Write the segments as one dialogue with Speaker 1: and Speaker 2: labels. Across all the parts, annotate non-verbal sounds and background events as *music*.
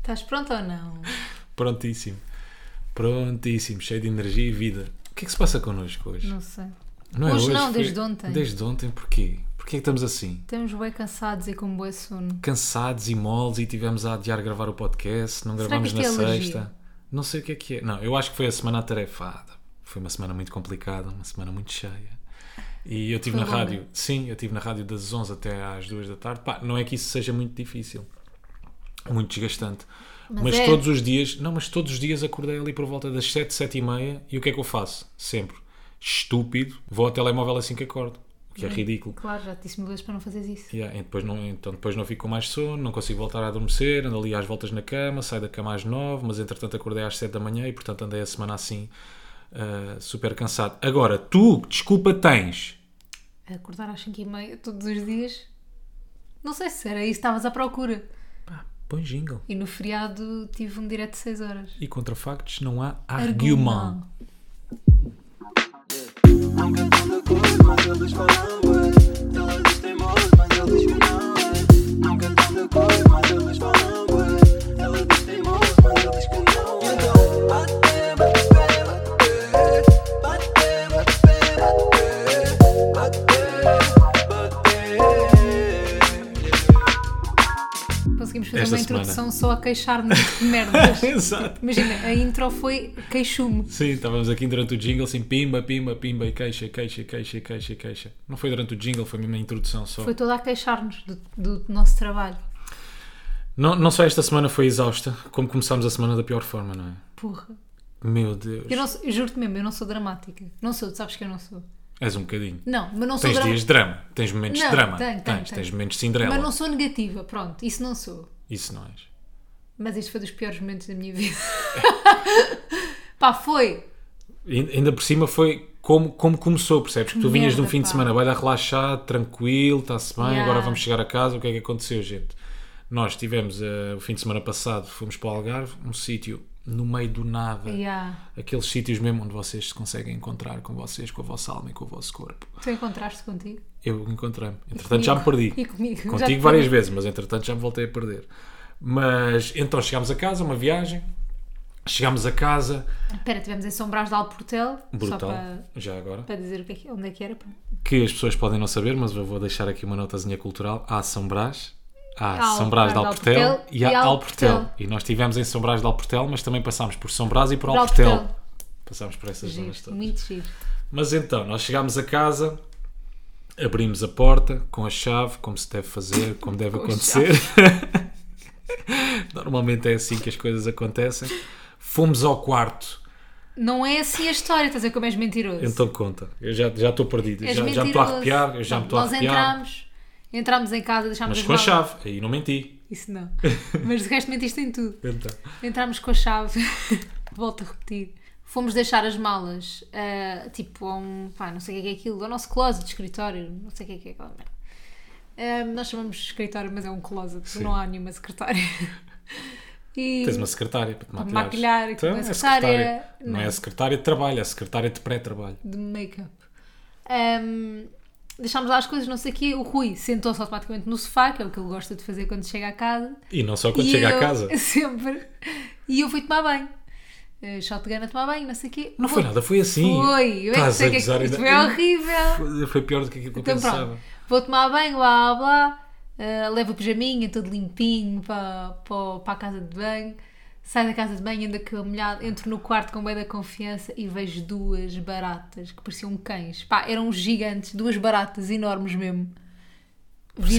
Speaker 1: Estás pronto ou não?
Speaker 2: Prontíssimo. Prontíssimo, cheio de energia e vida. O que é que se passa connosco hoje?
Speaker 1: Não sei.
Speaker 2: é
Speaker 1: Hoje não,
Speaker 2: foi-
Speaker 1: desde ontem.
Speaker 2: Desde ontem, porquê? Porquê é que estamos assim?
Speaker 1: Estamos bem cansados e com boa sono.
Speaker 2: Cansados e moles e tivemos a adiar gravar o podcast, não
Speaker 1: Será
Speaker 2: gravamos
Speaker 1: que isto
Speaker 2: na
Speaker 1: é alergia?
Speaker 2: sexta. Não sei o que é que é. Não, eu acho que foi a semana atarefada. Foi uma semana muito complicada, uma semana muito cheia. E eu estive
Speaker 1: Foi
Speaker 2: na
Speaker 1: longa.
Speaker 2: rádio, sim, eu estive na rádio das 11 até às 2 da tarde. Pá, não é que isso seja muito difícil, muito desgastante.
Speaker 1: Mas
Speaker 2: Mas,
Speaker 1: é.
Speaker 2: todos os dias, não, mas todos os dias acordei ali por volta das 7, 7 e meia e o que é que eu faço? Sempre, estúpido, vou ao telemóvel assim que acordo, o que é
Speaker 1: Hum.
Speaker 2: ridículo.
Speaker 1: Claro, já te disse mil vezes para não fazeres isso.
Speaker 2: Yeah, e depois não, então depois não fico com mais sono, não consigo voltar a adormecer, ando ali às voltas na cama, saio da cama às nove, mas entretanto acordei às sete da manhã e portanto andei a semana assim ah, super cansado. Agora, tu, que desculpa tens?
Speaker 1: Acordar às 5 e meia todos os dias. Não sei se era isso, que estavas à procura. Ah,
Speaker 2: Pá, põe jingle.
Speaker 1: E no feriado tive um direto de 6 horas.
Speaker 2: E contra factos não há argument.
Speaker 3: Nunca tão de cor, mas eles falam bué. Eles têm moço, mas eles que não é. Nunca tão de cor, mas eles falam bué. Eles têm moço, mas eles que não é. Então, bate, bate, bate, bate. Bate, bate, bate, bate. Yeah.
Speaker 1: Conseguimos fazer
Speaker 2: Esta
Speaker 1: uma
Speaker 2: semana.
Speaker 1: introdução só a queixar-nos de merdas.
Speaker 2: *laughs* Exato.
Speaker 1: Imagina, a intro foi queixume.
Speaker 2: Sim, estávamos aqui durante o jingle assim, pimba, pimba, pimba, e queixa, queixa, queixa, queixa, queixa. Não foi durante o jingle, foi mesmo na introdução só.
Speaker 1: Foi toda a queixar-nos do, do nosso trabalho.
Speaker 2: Não, não só esta semana foi exausta, como começámos a semana da pior forma, não é?
Speaker 1: Porra.
Speaker 2: Meu Deus.
Speaker 1: Eu, não sou- eu juro-te mesmo, eu não sou dramática. Não sou, tu sabes que eu não sou.
Speaker 2: És um bocadinho.
Speaker 1: Não, mas não sou
Speaker 2: Tens
Speaker 1: dramática.
Speaker 2: dias de drama, tens momentos
Speaker 1: Não,
Speaker 2: de drama,
Speaker 1: tenho, tenho,
Speaker 2: tens,
Speaker 1: tenho.
Speaker 2: tens momentos de Cinderela.
Speaker 1: Mas não sou negativa, pronto, isso não sou.
Speaker 2: Isso não és.
Speaker 1: Mas este foi dos piores momentos da minha vida. *laughs* Pá, foi.
Speaker 2: E- Ainda por cima foi como, como começou, percebes? Que tu vinhas de um
Speaker 1: Merda,
Speaker 2: fim
Speaker 1: pá.
Speaker 2: de semana, vai dar relaxado, tranquilo, está-se bem,
Speaker 1: Yeah.
Speaker 2: agora vamos chegar a casa, o que é que aconteceu, gente? Nós tivemos, eh, o fim de semana passado, fomos para o Algarve, um sítio no meio do nada.
Speaker 1: Yeah.
Speaker 2: Aqueles sítios mesmo onde vocês se conseguem encontrar com vocês, com a vossa alma e com o vosso corpo.
Speaker 1: Tu encontraste contigo?
Speaker 2: Eu encontrei-me. Entretanto, já me perdi.
Speaker 1: *laughs* E comigo? Já te
Speaker 2: Contigo
Speaker 1: perdi.
Speaker 2: várias vezes, mas entretanto já me voltei a perder. Mas então chegámos a casa, uma viagem. Chegámos a casa,
Speaker 1: Espera, tivemos em São Brás de Alportel. Só
Speaker 2: brutal,
Speaker 1: para,
Speaker 2: já agora,
Speaker 1: para dizer o que é que- onde é que era.
Speaker 2: que as pessoas podem não saber, mas eu vou deixar aqui uma notazinha cultural. Há São Brás, há
Speaker 1: Há
Speaker 2: São Brás de
Speaker 1: Algarve de
Speaker 2: Alportel,
Speaker 1: Alportel
Speaker 2: e há
Speaker 1: e
Speaker 2: Alportel.
Speaker 1: Alportel.
Speaker 2: E nós estivemos em São Brás de Alportel, mas também passámos por São Brás e por
Speaker 1: Por
Speaker 2: Alportel.
Speaker 1: Alportel.
Speaker 2: Passámos por essas zonas
Speaker 1: Giro,
Speaker 2: todas.
Speaker 1: muito giro.
Speaker 2: Mas então, nós chegámos a casa, abrimos a porta com a chave, como se deve fazer, como deve
Speaker 1: *laughs* Com a
Speaker 2: acontecer. *laughs* Normalmente é assim que as coisas acontecem. Fomos ao quarto.
Speaker 1: Não é assim a história, estás a dizer como és mentiroso.
Speaker 2: Então conta. Eu já já estou perdido.
Speaker 1: és
Speaker 2: já, já me estou a arrepiar. Eu já me estou a
Speaker 1: Nós
Speaker 2: arrepiar.
Speaker 1: entramos, entramos em casa, deixámos
Speaker 2: mas
Speaker 1: as
Speaker 2: com a
Speaker 1: malas.
Speaker 2: chave. Aí não menti.
Speaker 1: Isso não. Mas de resto mentiste em
Speaker 2: *laughs*
Speaker 1: tudo.
Speaker 2: Então.
Speaker 1: Entramos com a chave, *laughs* volto a repetir. Fomos deixar as malas, ah, tipo, a um, pá, não sei o que é que é aquilo, ao nosso closet de escritório, não sei o que é que é aquela merda. Ah, nós chamamos de escritório, mas é um closet,
Speaker 2: Sim.
Speaker 1: não há nenhuma secretária. *laughs* E
Speaker 2: Tens uma secretária para te
Speaker 1: Para me
Speaker 2: maquilhares.
Speaker 1: maquilhar, que uma
Speaker 2: é
Speaker 1: secretária- né?
Speaker 2: Não. é
Speaker 1: não.
Speaker 2: a secretária de trabalho, é a secretária de pré-trabalho.
Speaker 1: de make-up. Ahm, deixámos lá as coisas, não sei o quê. O Rui sentou-se automaticamente no sofá, que é o que ele gosta de fazer quando chega à casa.
Speaker 2: E não só quando
Speaker 1: E
Speaker 2: chega
Speaker 1: eu- *laughs*
Speaker 2: à casa.
Speaker 1: Sempre. E eu fui tomar banho. Uh, shotgun a tomar banho, não sei o quê.
Speaker 2: Não foi nada, foi assim.
Speaker 1: Foi, eu é que
Speaker 2: Estás
Speaker 1: sei
Speaker 2: a
Speaker 1: que é que
Speaker 2: gozar
Speaker 1: isto
Speaker 2: ainda.
Speaker 1: é horrível.
Speaker 2: Foi- Foi pior do que aquilo que eu
Speaker 1: Então
Speaker 2: pensava.
Speaker 1: pronto, vou tomar banho, blá blá blá, ah, levo o pijaminha todo limpinho para, para, para a casa de banho, saio da casa de banho, ainda que molhado, entro no quarto com bem da confiança e vejo duas baratas que pareciam cães. Pá, eram gigantes, duas baratas enormes mesmo.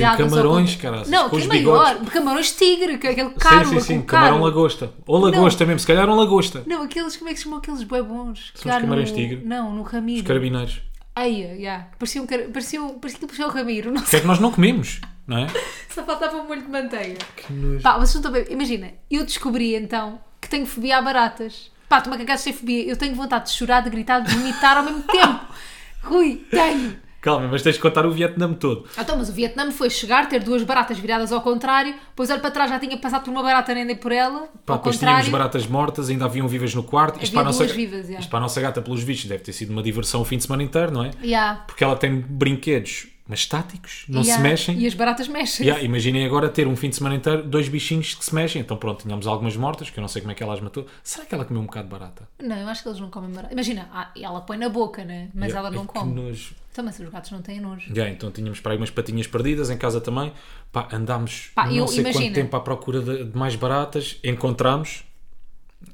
Speaker 1: ao
Speaker 2: camarões,
Speaker 1: contra-
Speaker 2: caraças,
Speaker 1: Não,
Speaker 2: com
Speaker 1: que
Speaker 2: os
Speaker 1: maior, camarões tigre, que é aquele caro,
Speaker 2: sim, sim, sim,
Speaker 1: com
Speaker 2: camarão
Speaker 1: caro.
Speaker 2: lagosta. Ou lagosta mesmo, se calhar um lagosta.
Speaker 1: Não, aqueles, como é que se chamam aqueles bué bons? Que
Speaker 2: São os
Speaker 1: há no-
Speaker 2: camarões tigre?
Speaker 1: Não, no
Speaker 2: Os
Speaker 1: Ramiro.
Speaker 2: carabineiros.
Speaker 1: Ai, ai, ai. Parecia um cara- parecia um- parecia que parecia o Ramiro, não
Speaker 2: O que é que nós não comemos, não é?
Speaker 1: Só faltava um molho de manteiga.
Speaker 2: Que nojo.
Speaker 1: Pá, vocês não estão bem. Imagina, eu descobri então que tenho fobia a baratas. Pá, tu me cagaste sem fobia. Eu tenho vontade de chorar, de gritar, de vomitar ao *laughs* mesmo tempo. Rui, tenho.
Speaker 2: Calma, mas tens de contar o Vietnã todo.
Speaker 1: Então, mas o Vietnã me foi chegar, ter duas baratas viradas ao contrário, depois olho para trás, já tinha passado por uma barata nem dei por ela.
Speaker 2: Pá,
Speaker 1: ao
Speaker 2: depois tínhamos
Speaker 1: contrário.
Speaker 2: baratas mortas, ainda haviam vivas no quarto.
Speaker 1: Havia
Speaker 2: para a nossa
Speaker 1: duas
Speaker 2: ga-
Speaker 1: vivas, já.
Speaker 2: isto para a nossa gata, pelos vistos, deve ter sido uma diversão o fim de semana inteiro, não é?
Speaker 1: Yeah.
Speaker 2: Porque ela tem brinquedos mas estáticos, não
Speaker 1: E há-
Speaker 2: se mexem.
Speaker 1: E as baratas mexem.
Speaker 2: Yeah, imaginem agora ter um fim de semana inteiro dois bichinhos que se mexem. Então pronto, tínhamos algumas mortas, que eu não sei como é que ela as matou. Será que ela comeu um bocado de barata?
Speaker 1: Não, eu acho que eles não comem barata. Imagina, ah, ela põe na boca, né? Mas
Speaker 2: Yeah,
Speaker 1: ela não
Speaker 2: é que
Speaker 1: come.
Speaker 2: nojo.
Speaker 1: Também se os gatos não têm nojo.
Speaker 2: Yeah, então tínhamos para aí umas patinhas perdidas em casa também. Pá, andámos
Speaker 1: Pá,
Speaker 2: não
Speaker 1: eu-
Speaker 2: sei
Speaker 1: imagina.
Speaker 2: quanto tempo à procura de, de mais baratas. Encontramos,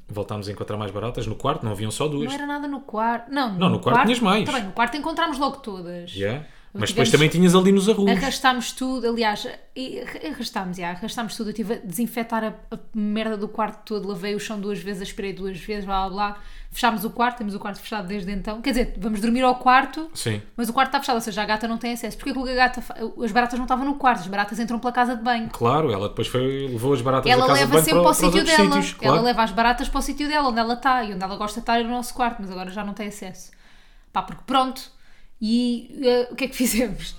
Speaker 2: voltámos a encontrar mais baratas no quarto, não haviam só duas.
Speaker 1: Não era nada no quarto. Não,
Speaker 2: Não, no quarto tinhas mais.
Speaker 1: Também, no quarto encontramos logo todas.
Speaker 2: Yeah. Mas
Speaker 1: Tivemos-
Speaker 2: depois também tinhas ali nos arrumos.
Speaker 1: Arrastámos tudo, aliás, e- arrastámos, já, arrastámos tudo. Eu estive a desinfetar a, a merda do quarto todo, lavei o chão duas vezes, aspirei duas vezes, blá blá blá. Fechámos o quarto, temos o quarto fechado desde então. Quer dizer, vamos dormir ao quarto,
Speaker 2: Sim.
Speaker 1: mas o quarto está fechado, ou seja, a gata não tem acesso. Porquê que a gata. fa- As baratas não estavam no quarto, as baratas entram pela casa de banho.
Speaker 2: Claro, ela depois foi, levou as baratas
Speaker 1: Ela
Speaker 2: da casa de
Speaker 1: leva
Speaker 2: banho
Speaker 1: sempre para
Speaker 2: para,
Speaker 1: o
Speaker 2: para os
Speaker 1: sítio
Speaker 2: outros
Speaker 1: dela.
Speaker 2: sítios. Claro.
Speaker 1: Ela leva as baratas para o sítio dela, onde ela está e onde ela gosta de estar é no nosso quarto, mas agora já não tem acesso. Pá, porque pronto. E eh, o que é que fizemos?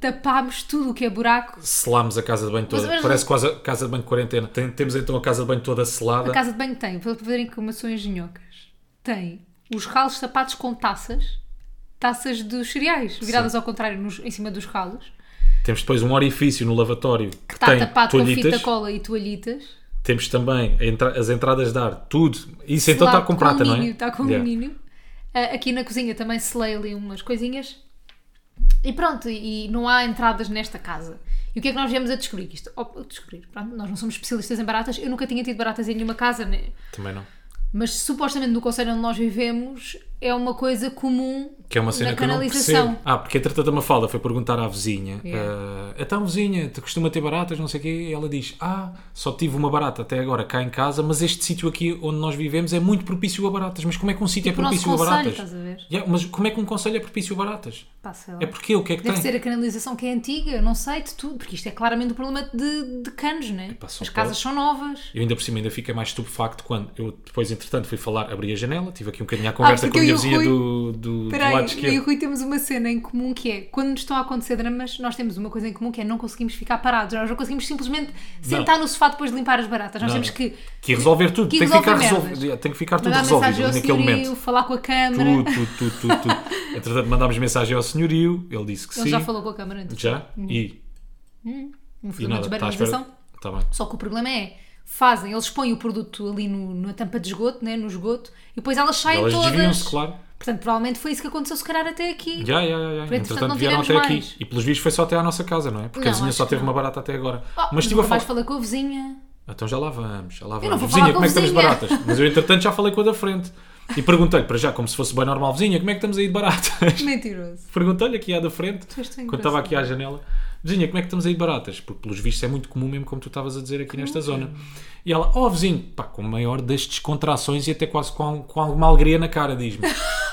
Speaker 1: Tapámos tudo o que é buraco.
Speaker 2: Selámos a casa de banho toda.
Speaker 1: Mas- mas-
Speaker 2: Parece quase a casa de banho de quarentena. Tem- temos então a casa de banho toda selada.
Speaker 1: A casa de banho tem, para verem como eu sou engenhocas, tem os ralos de sapatos com taças, taças dos cereais, viradas ao contrário nos- em cima dos ralos,
Speaker 2: Temos depois um orifício no lavatório que,
Speaker 1: está
Speaker 2: tem
Speaker 1: tapado com
Speaker 2: toalhitas.
Speaker 1: fita cola e toalhitas.
Speaker 2: Temos também a entra- as entradas de ar, tudo. Isso então
Speaker 1: Lá,
Speaker 2: está com prata, não é?
Speaker 1: alumínio, Está com
Speaker 2: Yeah.
Speaker 1: alumínio. Ah, aqui na cozinha também selei ali umas coisinhas. E pronto, e não há entradas nesta casa. E o que é que nós viemos a descobrir? Isto, oh, descobrir, pronto, nós não somos especialistas em baratas. Eu nunca tinha tido baratas em nenhuma casa, né?
Speaker 2: Também não.
Speaker 1: mas supostamente no conselho onde nós vivemos é uma coisa comum
Speaker 2: Que é uma cena
Speaker 1: na
Speaker 2: que eu não
Speaker 1: canalização.
Speaker 2: percebo. Ah, porque entretanto a Mafalda foi perguntar à vizinha.
Speaker 1: Yeah.
Speaker 2: "Ah, então vizinha, te costuma ter baratas, não sei o quê. E ela diz, ah, só tive uma barata até agora cá em casa, mas este sítio aqui onde nós vivemos é muito propício a baratas. Mas como é que um sítio é
Speaker 1: Tipo o nosso
Speaker 2: propício a
Speaker 1: conselho,
Speaker 2: baratas?
Speaker 1: estás a ver?
Speaker 2: Yeah, mas como é que um conselho é propício a baratas?
Speaker 1: Pá, sei lá.
Speaker 2: É porque o que é que
Speaker 1: Deve
Speaker 2: tem?
Speaker 1: ser a canalização que é antiga, eu não sei de tudo, porque isto é claramente o problema de, de canos, né?
Speaker 2: Epá, só
Speaker 1: As
Speaker 2: pode.
Speaker 1: casas são novas.
Speaker 2: Eu ainda por cima ainda fiquei mais estupefacto quando eu depois, entretanto, fui falar, abri a janela, tive aqui um bocadinho à conversa
Speaker 1: Ah, porque
Speaker 2: com
Speaker 1: eu e
Speaker 2: a minha
Speaker 1: o
Speaker 2: vizinha
Speaker 1: Rui-
Speaker 2: do, do, do
Speaker 1: Espera aí,
Speaker 2: lado
Speaker 1: eu e o
Speaker 2: esquerdo.
Speaker 1: Rui temos uma cena em comum que é quando nos estão a acontecer dramas, nós temos uma coisa em comum que é não conseguimos ficar parados, nós não conseguimos simplesmente sentar no sofá depois de limpar as baratas, nós
Speaker 2: Não,
Speaker 1: temos
Speaker 2: não.
Speaker 1: que
Speaker 2: Que resolver tudo,
Speaker 1: que
Speaker 2: tem, que ficar
Speaker 1: resolve merdas.
Speaker 2: resolvido, tem que ficar tudo
Speaker 1: mandar mensagem
Speaker 2: resolvido
Speaker 1: ao
Speaker 2: ali naquele
Speaker 1: senhorio,
Speaker 2: momento.
Speaker 1: falar com a câmara.
Speaker 2: Tu, tu, tu, tu, tu. Entretanto, mandámos mensagem ao senhorio, ele disse que
Speaker 1: Ele
Speaker 2: sim.
Speaker 1: já falou Hum. com a câmara antes.
Speaker 2: Já? E,
Speaker 1: Um
Speaker 2: e
Speaker 1: problema de
Speaker 2: nada, está à espera.
Speaker 1: desbaratização.
Speaker 2: Está bem.
Speaker 1: Só que o problema é, fazem, eles põem o produto ali no, na tampa de esgoto, né, no esgoto, e depois elas saem
Speaker 2: Elas
Speaker 1: todas.
Speaker 2: desviam-se, claro.
Speaker 1: Portanto, provavelmente foi isso que aconteceu se calhar até aqui.
Speaker 2: Já, já, já, já.
Speaker 1: Portanto,
Speaker 2: Entretanto,
Speaker 1: não
Speaker 2: vieram até
Speaker 1: tivemos mais.
Speaker 2: aqui. E pelos vistos foi só até à nossa casa, não é? Porque
Speaker 1: Não,
Speaker 2: a vizinha
Speaker 1: acho
Speaker 2: só
Speaker 1: que
Speaker 2: teve
Speaker 1: não.
Speaker 2: uma barata até agora.
Speaker 1: Oh,
Speaker 2: Mas estive a
Speaker 1: nunca mais
Speaker 2: falar.
Speaker 1: falei com a vizinha.
Speaker 2: Então já lá vamos, já lá vamos.
Speaker 1: Eu não vou
Speaker 2: vizinha,
Speaker 1: falar com
Speaker 2: como é que estamos de
Speaker 1: vizinha.
Speaker 2: baratas? Mas eu entretanto já falei com a da frente. E perguntei-lhe para já, como se fosse bem normal, vizinha, como é que estamos aí de baratas? *laughs*
Speaker 1: Mentiroso.
Speaker 2: Perguntei-lhe aqui à da frente,
Speaker 1: Tu és tão
Speaker 2: quando estava
Speaker 1: engraçado.
Speaker 2: aqui à janela, vizinha, como é que estamos aí de baratas? Porque pelos vistos é muito comum mesmo, como tu estavas a dizer aqui nesta zona. E ela, oh vizinho, pá, com a maior das descontrações e até quase com, com alguma alegria na cara, diz-me. *laughs*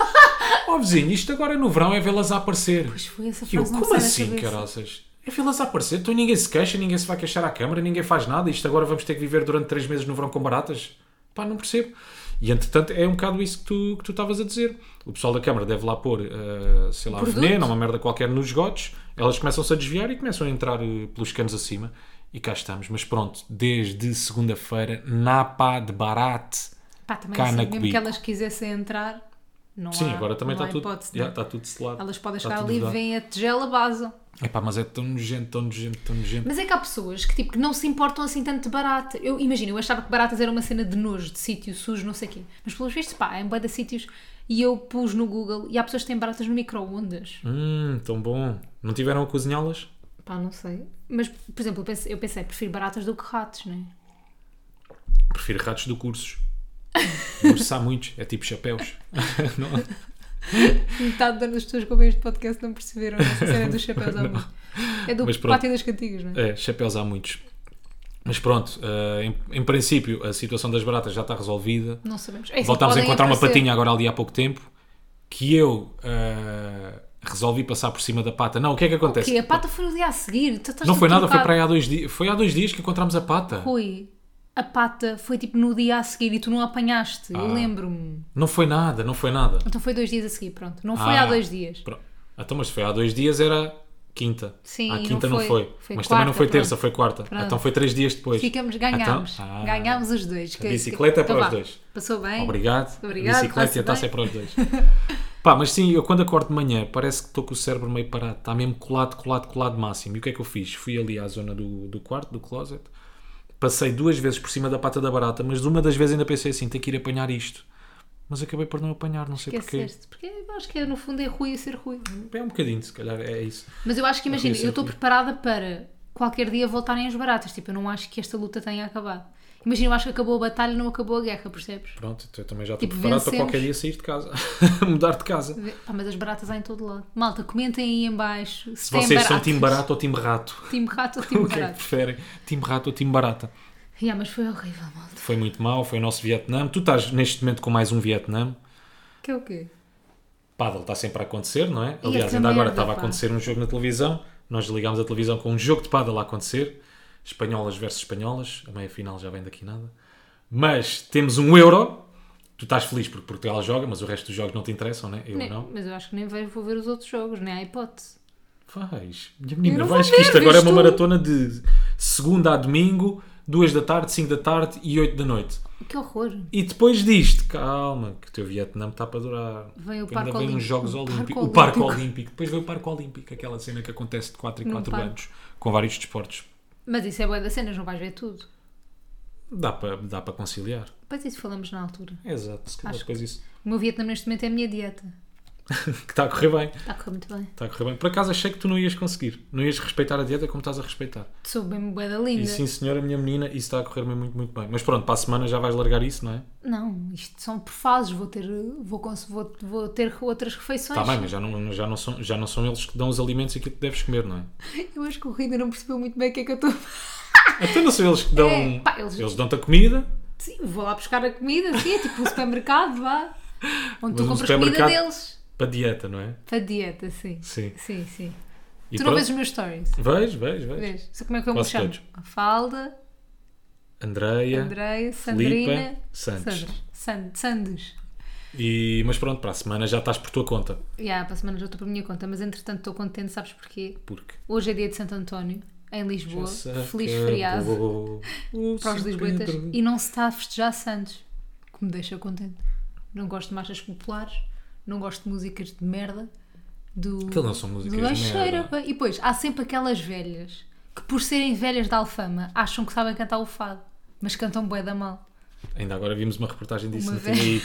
Speaker 2: oh vizinho, isto agora no verão é vê-las a aparecer.
Speaker 1: Pois foi essa
Speaker 2: E eu,
Speaker 1: frase não me sai
Speaker 2: como
Speaker 1: da
Speaker 2: assim,
Speaker 1: cabeça.
Speaker 2: caraças? É filas a aparecer, então ninguém se queixa, ninguém se vai queixar à câmara, ninguém faz nada, isto agora vamos ter que viver durante três meses no verão com baratas? Pá, não percebo. E entretanto é um bocado isso que tu que tu estavas a dizer. O pessoal da câmara deve lá pôr, eh, sei lá,
Speaker 1: Um Produto.
Speaker 2: veneno, uma merda qualquer nos esgotos, elas começam-se a desviar e começam a entrar eh, pelos canos acima. E cá estamos, mas pronto, desde segunda-feira, Napa de Barate.
Speaker 1: Pá, também
Speaker 2: Cá
Speaker 1: assim,
Speaker 2: na
Speaker 1: mesmo
Speaker 2: Cubico.
Speaker 1: que elas quisessem entrar, não
Speaker 2: Sim,
Speaker 1: há,
Speaker 2: agora também
Speaker 1: não
Speaker 2: está
Speaker 1: há
Speaker 2: tudo,
Speaker 1: hipótese,
Speaker 2: já,
Speaker 1: não é?
Speaker 2: está tudo selado.
Speaker 1: Elas podem
Speaker 2: Está
Speaker 1: chegar
Speaker 2: tudo
Speaker 1: ali,
Speaker 2: vedado.
Speaker 1: vêm a tigela, basam.
Speaker 2: Epá, mas é tão nojento, tão nojento, tão nojento.
Speaker 1: Mas é que há pessoas que, tipo, que não se importam assim tanto de barata. Eu imagino, eu achava que baratas era uma cena de nojo, de sítio sujo, não sei o quê. Mas pelos vistos, pá, é em bué de sítios. E eu pus no Google e há pessoas que têm baratas no micro-ondas.
Speaker 2: Hum, tão bom. Não tiveram a cozinhá-las?
Speaker 1: Pá, não sei. Mas, por exemplo, eu pensei, eu pensei, prefiro baratas do que ratos, né?
Speaker 2: Prefiro ratos do *laughs* cursos. Cursos há muitos, é tipo chapéus. Não-
Speaker 1: Metade das pessoas que ouvem este podcast não perceberam essa cena
Speaker 2: *laughs*
Speaker 1: dos chapéus à mão. É do
Speaker 2: Mas pronto.
Speaker 1: pátio das cantigas, não é?
Speaker 2: é, chapéus há muitos. Mas pronto, eh, em, em princípio a situação das baratas já está resolvida.
Speaker 1: Não sabemos. É, sim,
Speaker 2: Voltámos a
Speaker 1: podem
Speaker 2: encontrar uma
Speaker 1: aparecer.
Speaker 2: patinha agora ali há pouco tempo que eu eh, resolvi passar por cima da pata. Não, o que é que acontece?
Speaker 1: Que a pata foi no dia a seguir. Tu estás
Speaker 2: Não foi nada, foi para
Speaker 1: trocado.
Speaker 2: aí há dois dias. Foi há dois dias que encontramos a pata.
Speaker 1: Foi. A pata foi tipo no dia a seguir e tu não a apanhaste.
Speaker 2: Ah.
Speaker 1: Eu lembro-me.
Speaker 2: Não foi nada, não foi nada.
Speaker 1: Então foi dois dias a seguir, pronto. Não foi há
Speaker 2: Ah,
Speaker 1: dois dias.
Speaker 2: Pronto. Então, mas se foi há dois dias, era quinta.
Speaker 1: Sim,
Speaker 2: à
Speaker 1: não
Speaker 2: quinta não
Speaker 1: foi.
Speaker 2: foi.
Speaker 1: Foi
Speaker 2: mas
Speaker 1: quarta,
Speaker 2: também não foi terça,
Speaker 1: pronto.
Speaker 2: foi quarta.
Speaker 1: Pronto.
Speaker 2: Então foi três dias depois.
Speaker 1: Ficamos, ganhámos.
Speaker 2: Então, ah,
Speaker 1: ganhámos os dois. Que- Então
Speaker 2: bicicleta é para os
Speaker 1: vá.
Speaker 2: dois.
Speaker 1: Passou bem?
Speaker 2: Obrigado.
Speaker 1: Obrigado,
Speaker 2: Bicicleta e a
Speaker 1: está-se *laughs*
Speaker 2: taça é para os dois. Pá, mas sim, eu quando acordo de manhã parece que estou com o cérebro meio parado, está mesmo colado, colado, colado máximo. E o que é que eu fiz? Fui ali à zona do, do quarto, do closet, passei duas vezes por cima da pata da barata, mas uma das vezes ainda pensei assim, tenho que ir apanhar isto. Mas acabei por não apanhar, não sei porquê.
Speaker 1: Esqueceste. Porque eu acho que é, no fundo é ruim ser ruim.
Speaker 2: É um bocadinho, se calhar, é isso.
Speaker 1: Mas eu acho que imagina,
Speaker 2: Ruim ser
Speaker 1: eu estou
Speaker 2: ruim.
Speaker 1: preparada para qualquer dia voltarem as baratas. Tipo, eu não acho que esta luta tenha acabado. Imagina, eu acho que acabou a batalha e não acabou a guerra, percebes?
Speaker 2: Pronto, então eu também já estou
Speaker 1: Tipo,
Speaker 2: preparado para
Speaker 1: vencemos.
Speaker 2: qualquer dia sair de casa, *laughs* mudar de casa.
Speaker 1: Vê- Pá, mas as baratas há em todo lado. Malta, comentem aí em baixo se,
Speaker 2: Se
Speaker 1: têm
Speaker 2: vocês são
Speaker 1: baratas.
Speaker 2: time
Speaker 1: *laughs*
Speaker 2: barato ou time rato.
Speaker 1: Time rato
Speaker 2: *laughs*
Speaker 1: ou time
Speaker 2: O que é que
Speaker 1: barato?
Speaker 2: preferem? Time rato ou time barata?
Speaker 1: Yeah, mas foi horrível, malta.
Speaker 2: Foi muito mal, foi o nosso Vietnã. Tu estás neste momento com mais um Vietnã.
Speaker 1: Que é o quê?
Speaker 2: Pádel está sempre a acontecer, não é?
Speaker 1: E
Speaker 2: Aliás,
Speaker 1: esta
Speaker 2: ainda agora
Speaker 1: merda,
Speaker 2: estava a
Speaker 1: pá.
Speaker 2: acontecer um jogo na televisão. Nós ligámos a televisão com um jogo de pádel a acontecer. Espanholas versus espanholas. A meia final já vem daqui nada. Mas temos um euro. Tu estás feliz porque Portugal joga, mas o resto dos jogos não te interessam, né? Eu
Speaker 1: Nem-
Speaker 2: não.
Speaker 1: Mas eu acho que nem vejo, vou ver os outros jogos, nem há hipótese.
Speaker 2: Vais. Minha menina,
Speaker 1: não vou
Speaker 2: vais que
Speaker 1: ver,
Speaker 2: isto agora é
Speaker 1: vês
Speaker 2: uma
Speaker 1: tu.
Speaker 2: maratona de segunda a domingo, duas da tarde, cinco da tarde e oito da noite.
Speaker 1: Que horror.
Speaker 2: E depois disto, calma, que o teu Vietnã está para durar.
Speaker 1: Vem o
Speaker 2: Que
Speaker 1: Parque
Speaker 2: ainda vem
Speaker 1: Olímpico.
Speaker 2: uns Jogos
Speaker 1: O Parque
Speaker 2: Olímpicos. O Parque
Speaker 1: Olímpico.
Speaker 2: Olímpico. Depois vem o Parque Olímpico, aquela cena que acontece de 4 em
Speaker 1: Num
Speaker 2: 4
Speaker 1: parque.
Speaker 2: anos, com vários desportos.
Speaker 1: Mas isso é boa das cenas, não vais ver tudo.
Speaker 2: Dá para dá para conciliar.
Speaker 1: Pois é, isso falamos na altura.
Speaker 2: Exato, se calhar
Speaker 1: Acho
Speaker 2: depois isso. *laughs*
Speaker 1: O meu Vietnã neste momento é a minha dieta.
Speaker 2: Que está a correr bem.
Speaker 1: Está Tá a correr muito bem.
Speaker 2: Está a correr bem. Por acaso achei que tu não ias conseguir. Não ias respeitar a dieta como estás a respeitar.
Speaker 1: Sou bem bué da linda.
Speaker 2: E sim, senhora, minha menina, isso está a correr muito, muito bem. Mas pronto, para a semana já vais largar isso, não é?
Speaker 1: Não, isto são por fases. Vou ter, vou, cons- vou, vou ter outras refeições.
Speaker 2: Está Tá bem, mas já não, já, não são, já não são eles que dão os alimentos e aquilo que deves comer, não é?
Speaker 1: *laughs* Eu acho que o Rui ainda não percebeu muito bem o que é que eu estou a fazer.
Speaker 2: Até Então não são eles que dão. um-
Speaker 1: É, pá, eles-
Speaker 2: eles dão-te a comida,
Speaker 1: Sim, vou lá buscar a comida, sim, é tipo um supermercado, vá.
Speaker 2: *laughs*
Speaker 1: Onde
Speaker 2: Mas um
Speaker 1: tu compras comida
Speaker 2: supermercado-
Speaker 1: deles.
Speaker 2: para dieta, não é?
Speaker 1: Para dieta, sim.
Speaker 2: Sim.
Speaker 1: Sim, sim.
Speaker 2: E
Speaker 1: tu não
Speaker 2: pronto.
Speaker 1: vês os meus stories?
Speaker 2: Vejo, vejo, vejo.
Speaker 1: Vês? Só como é que eu me
Speaker 2: Quase
Speaker 1: chamo?
Speaker 2: todos.
Speaker 1: A Falda,
Speaker 2: Andreia.
Speaker 1: Andreia,
Speaker 2: Filipa,
Speaker 1: Sandrina,
Speaker 2: Santos.
Speaker 1: Sandros. San- Sandos.
Speaker 2: E, mas pronto, para a semana já estás por tua conta.
Speaker 1: Já, para a semana já estou para a minha conta, mas entretanto estou contente, sabes porquê?
Speaker 2: Porque.
Speaker 1: Hoje é dia de Santo António, em Lisboa.
Speaker 2: já se
Speaker 1: Feliz
Speaker 2: acabou
Speaker 1: feriado.
Speaker 2: o
Speaker 1: para os
Speaker 2: São
Speaker 1: lisboetas
Speaker 2: Pedro.
Speaker 1: e não se está a festejar Santos, que me deixa contente. Não gosto de marchas populares, não gosto de músicas de merda. Do,
Speaker 2: Aquilo não são músicas
Speaker 1: do
Speaker 2: de
Speaker 1: Cheira,
Speaker 2: merda.
Speaker 1: pá. E depois, há sempre aquelas velhas que, por serem velhas da Alfama, acham que sabem cantar o fado, mas cantam bué da mal.
Speaker 2: Ainda agora vimos uma reportagem disso
Speaker 1: Uma
Speaker 2: na TV.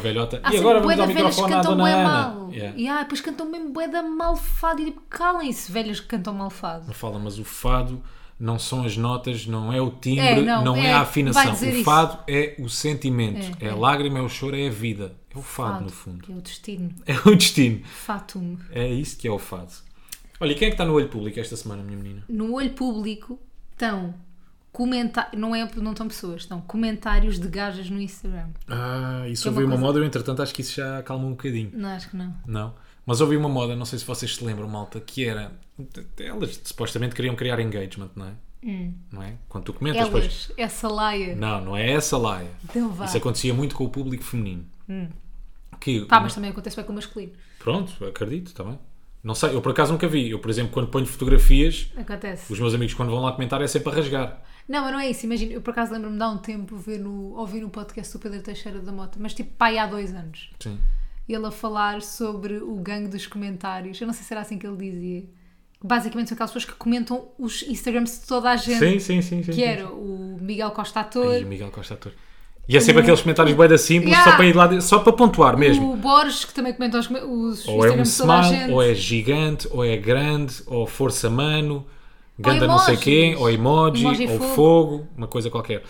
Speaker 1: *laughs*
Speaker 2: velhota.
Speaker 1: Há
Speaker 2: e agora
Speaker 1: sempre bué
Speaker 2: vamos
Speaker 1: da
Speaker 2: ao
Speaker 1: velhas que
Speaker 2: microfone à
Speaker 1: cantam
Speaker 2: dona
Speaker 1: bué
Speaker 2: Ana.
Speaker 1: mal.
Speaker 2: Yeah.
Speaker 1: E ah, depois cantam mesmo bué da mal fado. E tipo, calem-se, velhas que cantam mal fado.
Speaker 2: Fala, mas o fado não são as notas, não é o timbre,
Speaker 1: É,
Speaker 2: não,
Speaker 1: não,
Speaker 2: é,
Speaker 1: é,
Speaker 2: a
Speaker 1: vai
Speaker 2: afinação.
Speaker 1: dizer
Speaker 2: O
Speaker 1: isso.
Speaker 2: fado é o sentimento, é,
Speaker 1: É,
Speaker 2: a
Speaker 1: é.
Speaker 2: lágrima, é o choro, é a vida. É o fado, no fundo. *laughs*
Speaker 1: que É o destino.
Speaker 2: É o destino.
Speaker 1: Fatum.
Speaker 2: É isso que é o fado. Olha, e quem é que está no olho público esta semana, minha menina?
Speaker 1: no olho público estão comentários, não, é, não estão pessoas, estão comentários de gajas no Instagram.
Speaker 2: Ah, isso
Speaker 1: É uma
Speaker 2: ouvi uma
Speaker 1: coisa-
Speaker 2: moda, eu entretanto acho que isso já acalmou um bocadinho.
Speaker 1: Não, acho que não.
Speaker 2: Não? Mas ouvi uma moda, não sei se vocês se lembram, malta, que era. Elas supostamente queriam criar engagement, não é? Não é? Quando tu comentas, depois.
Speaker 1: Hum. Elas, essa laia.
Speaker 2: Não, não é essa laia.
Speaker 1: Então vá.
Speaker 2: Isso é acontecia muito com o público feminino. Que,
Speaker 1: Pá, Tá, mas também acontece bem com o masculino.
Speaker 2: Pronto, acredito, está bem. Não sei, eu por acaso nunca vi. Eu, por exemplo, quando ponho fotografias,
Speaker 1: Acontece.
Speaker 2: os meus amigos quando vão lá comentar é sempre a rasgar.
Speaker 1: Não, mas não é isso. Imagina, eu por acaso lembro-me de há um tempo ver no, ouvir no podcast do Pedro Teixeira da Mota, mas tipo pai há dois anos.
Speaker 2: Sim.
Speaker 1: Ele a falar sobre o gangue dos comentários. Eu não sei se era assim que ele dizia. Basicamente são aquelas pessoas que comentam os Instagrams de toda a gente.
Speaker 2: Sim, sim, sim. sim,
Speaker 1: Que é
Speaker 2: sim.
Speaker 1: era o Miguel Costa Ator,
Speaker 2: E o Miguel Costa ator. E é sempre aqueles comentários bem da simples, só
Speaker 1: Uhum. Yeah.
Speaker 2: para ir lá, de- só para pontuar mesmo.
Speaker 1: O Borges, que também comenta os, os
Speaker 2: Ou é um
Speaker 1: Instagrams de toda a
Speaker 2: smile,
Speaker 1: gente.
Speaker 2: ou é gigante, ou é grande, ou força mano, ganda não sei
Speaker 1: emojis.
Speaker 2: quê, ou emoji,
Speaker 1: Emoji
Speaker 2: ou fogo.
Speaker 1: fogo.
Speaker 2: uma coisa qualquer.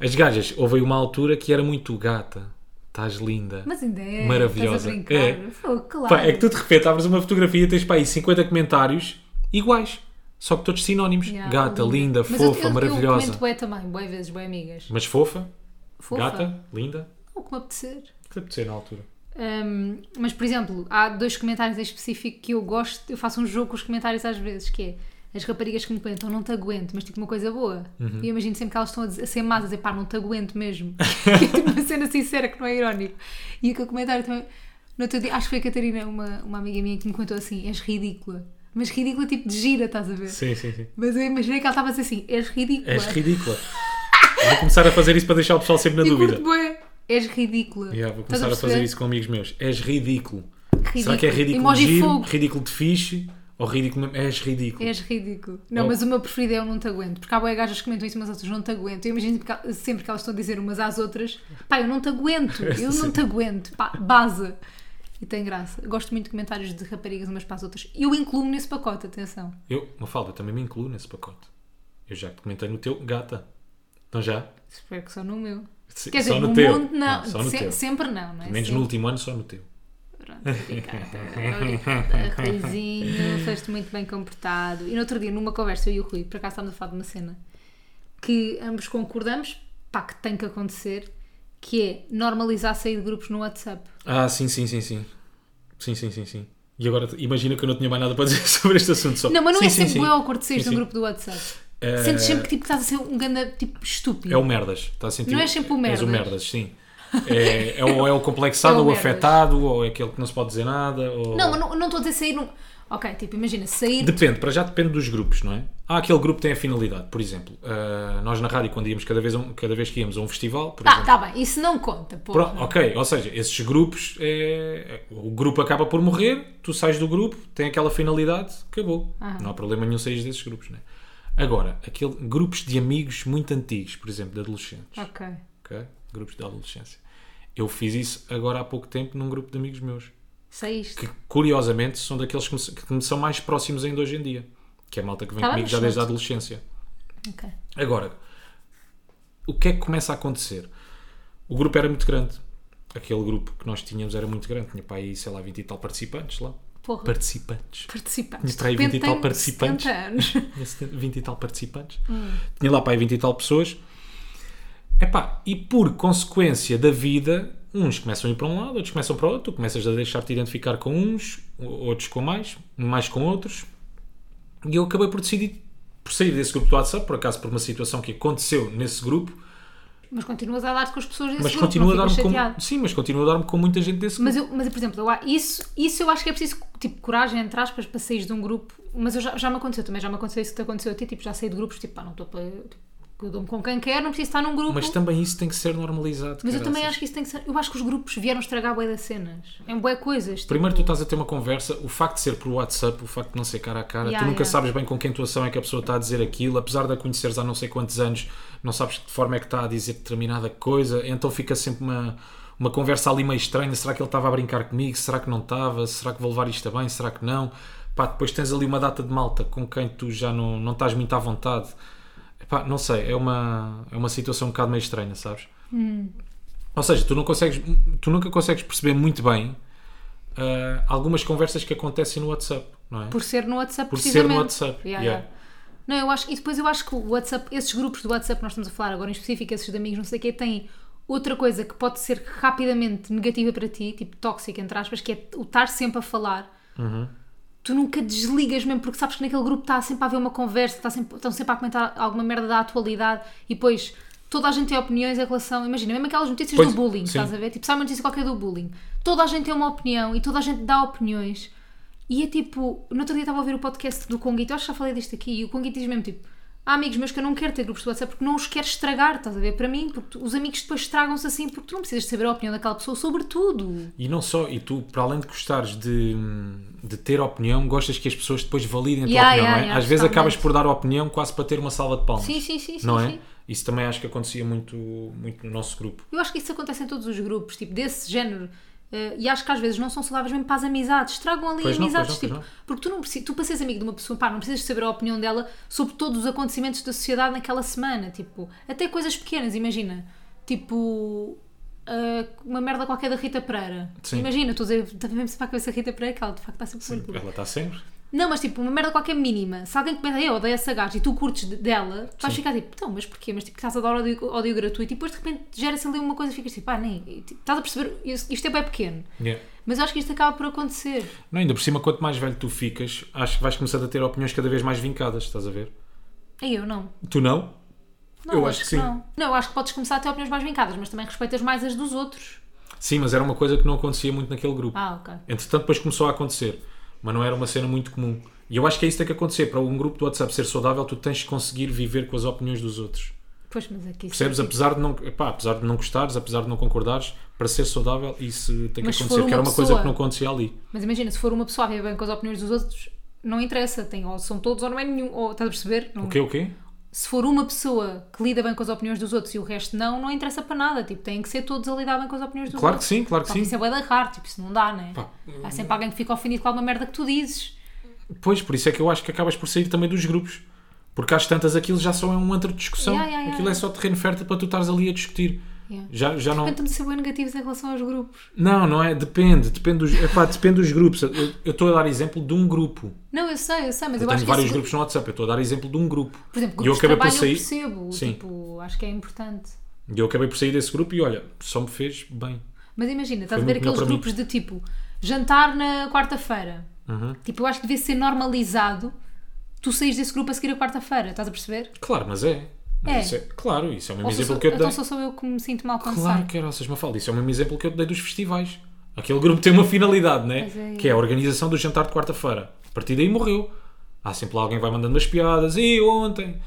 Speaker 2: As gajas, houve uma altura que era muito gata, estás linda.
Speaker 1: Mas ainda é.
Speaker 2: Maravilhosa.
Speaker 1: Estás a brincar.
Speaker 2: É.
Speaker 1: Fogo, claro.
Speaker 2: Pá, é que tu de repente abres uma fotografia e tens para aí 50 comentários iguais, só que todos sinónimos.
Speaker 1: Yeah,
Speaker 2: Gata, linda,
Speaker 1: Mas eu-
Speaker 2: fofa,
Speaker 1: eu- Eu
Speaker 2: maravilhosa.
Speaker 1: comento bué também, bué vezes, bué amigas.
Speaker 2: Mas fofa,
Speaker 1: Fofa.
Speaker 2: gata, linda.
Speaker 1: O que me apetecer.
Speaker 2: O que te apetecer na altura?
Speaker 1: Hum, mas, por exemplo, há dois comentários em específico que eu gosto. Eu faço um jogo com os comentários às vezes, que é. As raparigas que me comentam, não te aguento, mas tipo uma coisa boa.
Speaker 2: Uhum.
Speaker 1: E eu imagino sempre que elas estão a, dizer, a ser más, a dizer pá, não te aguento mesmo. *laughs* que é tipo uma cena sincera que não é irónico. E aquele comentário também. No outro dia, acho que foi a Catarina, uma, uma amiga minha, que me comentou assim: és ridícula. Mas ridícula tipo de gira, estás a ver?
Speaker 2: Sim, sim, sim.
Speaker 1: Mas eu imaginei que ela estava a dizer assim: és ridícula.
Speaker 2: És ridícula. Vou começar a fazer isso para deixar o pessoal sempre na
Speaker 1: E
Speaker 2: dúvida.
Speaker 1: curto bué, és ridícula.
Speaker 2: Yeah, vou
Speaker 1: Estás
Speaker 2: começar a fazer
Speaker 1: perceber?
Speaker 2: isso com amigos meus. És ridículo.
Speaker 1: ridículo.
Speaker 2: Será que é ridículo de
Speaker 1: Emoji
Speaker 2: giro,
Speaker 1: fogo.
Speaker 2: ridículo de fixe ou ridículo mesmo? És ridículo.
Speaker 1: És ridículo. Não,
Speaker 2: Oh.
Speaker 1: mas o meu preferido é o não te aguento. Porque há boia gajas que comentam isso, mas outras não te aguento. Eu imagino que ela- sempre que elas estão a dizer umas às outras, pá, eu não te
Speaker 2: *laughs*
Speaker 1: aguento, eu não te aguento, pá, baza. E tem graça. Gosto muito de comentários de raparigas umas para as outras. E eu incluo-me nesse pacote, atenção.
Speaker 2: Eu, Mafalda, também me incluo nesse pacote. Eu já te comentei no teu, gata. Não já?
Speaker 1: Espero que só no meu.
Speaker 2: Se-
Speaker 1: Quer dizer, no, mundo não.
Speaker 2: Ah, só no
Speaker 1: Se-
Speaker 2: teu.
Speaker 1: Sempre não, não é?
Speaker 2: Pelo menos no
Speaker 1: sempre.
Speaker 2: último ano, só no teu.
Speaker 1: Pronto, obrigada. Ruizinho, foste muito bem comportado. E no outro dia, numa conversa, eu e o Rui, por acaso estávamos a falar de uma cena que ambos concordamos, pá, que tem que acontecer, que é normalizar sair de grupos no WhatsApp.
Speaker 2: Ah, sim, sim, sim, sim. Sim, sim, sim, sim. E agora t- imagina que eu não tinha mais nada para dizer *laughs* sobre este assunto só.
Speaker 1: Não, mas não
Speaker 2: Sim,
Speaker 1: é
Speaker 2: sim,
Speaker 1: sempre
Speaker 2: sim.
Speaker 1: bom awkward sair
Speaker 2: Sim,
Speaker 1: do
Speaker 2: sim.
Speaker 1: grupo do WhatsApp.
Speaker 2: É-
Speaker 1: Sentes sempre que tipo, estás a ser um ganda tipo estúpido.
Speaker 2: É o merdas. Está a sentir?
Speaker 1: Não és sempre o
Speaker 2: És
Speaker 1: merdas.
Speaker 2: o merdas,
Speaker 1: *laughs*
Speaker 2: sim. É, é, o, é o complexado,
Speaker 1: É o
Speaker 2: ou o
Speaker 1: merdas.
Speaker 2: afetado, ou é aquele que não se pode dizer nada. Ou...
Speaker 1: Não, mas não não estou a dizer sair num. Ok, tipo, imagina, sair.
Speaker 2: Depende, para já depende dos grupos, não é? Há aquele grupo que tem a finalidade, por exemplo. ah, nós na rádio, quando íamos cada vez, a um- cada vez que íamos a um festival, por
Speaker 1: Tá,
Speaker 2: exemplo.
Speaker 1: tá bem, isso não conta, pô.
Speaker 2: Pro- ok, ou seja, esses grupos, é, o grupo acaba por morrer, tu sais do grupo, tem aquela finalidade, acabou. Não há problema nenhum sair desses grupos, não é? Agora, aquele, grupos de amigos muito antigos, por exemplo, de adolescentes.
Speaker 1: Ok.
Speaker 2: ok? Grupos de adolescência. Eu fiz isso agora há pouco tempo num grupo de amigos meus,
Speaker 1: Saíste.
Speaker 2: que curiosamente são daqueles que me, s- que me são mais próximos ainda hoje em dia, que é a malta que vem
Speaker 1: Tá bem,
Speaker 2: comigo já desde a
Speaker 1: excelente.
Speaker 2: adolescência.
Speaker 1: Ok.
Speaker 2: Agora, o que é que começa a acontecer? O grupo era muito grande. Aquele grupo que nós tínhamos era muito grande. Tinha para aí, sei lá, 20 e tal participantes lá.
Speaker 1: Porra.
Speaker 2: Participantes.
Speaker 1: participantes.
Speaker 2: Tinha para aí
Speaker 1: De repente
Speaker 2: 20 e tal
Speaker 1: tenho
Speaker 2: participantes.
Speaker 1: 70 anos.
Speaker 2: Tinha 70 20 e tal participantes. Tinha lá para aí 20 e tal pessoas. Epá, e por consequência da vida, uns começam a ir para um lado, outros começam para o outro. Tu começas a deixar-te identificar com uns, outros com mais, mais com outros. E eu acabei por decidir por sair desse grupo do WhatsApp, por acaso por uma situação que aconteceu nesse grupo,
Speaker 1: Mas continuas a dar-te com as pessoas desse
Speaker 2: mas
Speaker 1: grupo,
Speaker 2: continua a
Speaker 1: não
Speaker 2: dar-me
Speaker 1: ficas
Speaker 2: com
Speaker 1: chateado.
Speaker 2: sim mas continua a dar-me com muita gente desse
Speaker 1: Mas,
Speaker 2: grupo
Speaker 1: eu, mas, por exemplo, eu, há- isso, isso eu acho que é preciso, tipo, coragem, entre aspas, para sair de um grupo. Mas eu já, já me aconteceu também, já me aconteceu isso que te aconteceu a ti, tipo, já saí de grupos, tipo, pá, não estou para... tipo, Eu dou-me com quem quer, não preciso estar num grupo.
Speaker 2: mas
Speaker 1: Mas,
Speaker 2: também isso tem que ser normalizado
Speaker 1: eu
Speaker 2: caraças.
Speaker 1: também acho que isso tem que ser... Eu acho que os grupos vieram estragar bué das cenas. É bué coisas. tipo,
Speaker 2: primeiro tu estás a ter uma conversa o facto de ser por WhatsApp o facto de não ser cara a cara
Speaker 1: Ya,
Speaker 2: tu nunca
Speaker 1: ya.
Speaker 2: sabes bem com que intuação é que a pessoa está a dizer aquilo apesar de a conheceres há não sei quantos anos não sabes de que forma é que está a dizer determinada coisa então fica sempre uma uma conversa ali meio estranha será que ele estava a brincar comigo será que não estava será que vou levar isto a bem será que não Pá, depois tens ali uma data de malta com quem tu já não, não estás muito à vontade Epá, não sei, é uma, é uma situação um bocado meio estranha, sabes? Ou seja, tu, não consegues, tu nunca consegues perceber muito bem ah, algumas conversas que acontecem no WhatsApp, não é?
Speaker 1: Por ser no WhatsApp,
Speaker 2: Por ser no
Speaker 1: precisamente.
Speaker 2: WhatsApp,
Speaker 1: Yeah,
Speaker 2: yeah.
Speaker 1: yeah. Não, eu acho, e depois eu acho que o WhatsApp, esses grupos do WhatsApp que nós estamos a falar agora, em específico, esses de amigos, não sei o quê, têm outra coisa que pode ser rapidamente negativa para ti, tipo tóxica, entre aspas, que é o estar sempre a falar. Tu nunca desligas mesmo, porque sabes que naquele grupo está sempre a haver uma conversa, está sempre, estão sempre a comentar alguma merda da atualidade e depois. Toda a gente tem opiniões em relação, imagina, mesmo aquelas notícias
Speaker 2: Pois,
Speaker 1: do bullying,
Speaker 2: sim.
Speaker 1: estás a ver? Tipo, sai uma notícia qualquer do bullying. Toda a gente tem uma opinião e toda a gente dá opiniões. E é tipo, no outro dia estava a ouvir o podcast do Conguito, eu acho que já falei disto aqui, e o Conguito diz mesmo tipo: há amigos meus que eu não quero ter grupos de WhatsApp porque não os quero estragar, estás a ver? Para mim, porque tu- os amigos depois estragam-se assim porque tu não precisas de saber a opinião daquela pessoa sobre tudo.
Speaker 2: E não só, e tu, para além de gostares de, de ter opinião, gostas que as pessoas depois validem a tua
Speaker 1: Ya,
Speaker 2: opinião,
Speaker 1: ya,
Speaker 2: não é?
Speaker 1: ya,
Speaker 2: Às vezes
Speaker 1: totalmente.
Speaker 2: acabas por dar opinião quase para ter uma salva de palmas.
Speaker 1: Sim, sim, sim, sim,
Speaker 2: não é?
Speaker 1: sim.
Speaker 2: Isso também acho que acontecia muito, muito no nosso grupo.
Speaker 1: tipo, Eu acho que isso acontece em todos os grupos, tipo, desse género. Eh, e acho que às vezes não são saudáveis mesmo para as amizades. Estragam ali
Speaker 2: Pois não, pois
Speaker 1: amizades,
Speaker 2: não, pois
Speaker 1: tipo, porque tu não precisas, tu para seres amigo de uma pessoa, pá, não precisas de saber a opinião dela sobre todos os acontecimentos da sociedade naquela semana, tipo, até coisas pequenas, imagina. Tipo, eh, uma merda qualquer da Rita Pereira.
Speaker 2: Sim.
Speaker 1: Imagina, estou a dizer, também sempre para a cabeça da Rita Pereira, que ela de facto está sempre muito boa.
Speaker 2: Ela está sempre.
Speaker 1: Não, mas tipo, uma merda qualquer mínima. Se alguém comenta, eu odeio essa gaja e tu curtes de- dela, tu vais ficar tipo, então, mas porquê? Mas tipo, que estás a dar ódio, ódio gratuito e depois de repente gera-se ali uma coisa e ficas tipo, ah, nem. e, tipo, estás a perceber? Isto isto é bem pequeno.
Speaker 2: Ya.
Speaker 1: Mas eu acho que isto acaba por acontecer.
Speaker 2: Não, ainda por cima, quanto mais velho tu ficas, acho que vais começando a ter opiniões cada vez mais vincadas, estás a ver?
Speaker 1: E eu não.
Speaker 2: Tu não?
Speaker 1: não
Speaker 2: Eu acho que sim.
Speaker 1: Não. não, eu acho que podes começar a ter opiniões mais vincadas, mas também respeitas mais as dos outros.
Speaker 2: Sim, mas era uma coisa que não acontecia muito naquele grupo.
Speaker 1: Ah, ok.
Speaker 2: Entretanto, depois começou a acontecer, mas não era uma cena muito comum. E eu acho que é isso que tem que acontecer. Para um grupo do WhatsApp ser saudável, tu tens que conseguir viver com as opiniões dos outros.
Speaker 1: Pois, mas aqui isso
Speaker 2: Percebes?
Speaker 1: é-
Speaker 2: Apesar de, não, epá, apesar de não gostares, apesar de não concordares, para ser saudável, isso tem que
Speaker 1: Mas se
Speaker 2: acontecer.
Speaker 1: for
Speaker 2: Que era
Speaker 1: uma
Speaker 2: uma coisa que
Speaker 1: pessoa-
Speaker 2: não acontecia ali.
Speaker 1: Mas imagina, se for uma pessoa a ver bem com as opiniões dos outros, não interessa, tem, ou são todos ou não é nenhum, ou estás a perceber? Não-
Speaker 2: O quê? O quê?
Speaker 1: Se for uma pessoa que lida bem com as opiniões dos outros e o resto não, não interessa para nada, tipo, têm que ser todos a lidar bem com as opiniões dos
Speaker 2: Claro que
Speaker 1: outros.
Speaker 2: sim, claro que
Speaker 1: Só que
Speaker 2: sim.
Speaker 1: isso é bué da raro, tipo, isso não dá, né?
Speaker 2: Pá.
Speaker 1: Há sempre alguém que fica ofendido com alguma merda que tu dizes. um-
Speaker 2: Pois, por isso é que eu acho que acabas por sair também dos grupos. Porque às tantas aquilo já só é um antro de discussão.
Speaker 1: Yeah, yeah, yeah,
Speaker 2: aquilo é só terreno fértil para tu estares ali a discutir.
Speaker 1: Yeah.
Speaker 2: Já, já não.
Speaker 1: Portanto, me ser bué negativos em relação aos grupos.
Speaker 2: Não, não é? Depende. Depende dos, epá, depende dos grupos. Eu eu estou a dar exemplo de um grupo.
Speaker 1: Não, eu sei, eu sei, mas eu,
Speaker 2: Eu
Speaker 1: acho
Speaker 2: tenho
Speaker 1: que
Speaker 2: vários
Speaker 1: esse-
Speaker 2: grupos no WhatsApp. Eu estou a dar exemplo de um grupo.
Speaker 1: por exemplo,
Speaker 2: e eu
Speaker 1: grupos de
Speaker 2: acabei por
Speaker 1: trabalho eu
Speaker 2: sair.
Speaker 1: percebo,
Speaker 2: Sim.
Speaker 1: tipo, acho que é importante.
Speaker 2: E eu acabei por sair desse grupo e olha, só me fez bem.
Speaker 1: Mas imagina, estás a
Speaker 2: Foi
Speaker 1: ver
Speaker 2: muito melhor
Speaker 1: aqueles
Speaker 2: para mim. Uhum.
Speaker 1: grupos de tipo jantar na quarta-feira. Tipo, eu acho que devia ser normalizado tu saís desse grupo a seguir a quarta-feira, estás a perceber?
Speaker 2: Claro, mas é. Mas
Speaker 1: É.
Speaker 2: Isso é. Claro, isso é o mesmo
Speaker 1: Ou sou
Speaker 2: exemplo
Speaker 1: só-
Speaker 2: que eu te dei.
Speaker 1: então só um sou eu que me sinto mal quando
Speaker 2: Claro
Speaker 1: saio.
Speaker 2: que era, vocês me falam. Isso é o mesmo exemplo que eu te dei dos festivais. Aquele grupo tem uma finalidade, né?
Speaker 1: Pois é.
Speaker 2: Que é a organização do jantar de quarta-feira. A partir daí morreu. Há sempre lá alguém que vai mandando umas piadas. E ontem.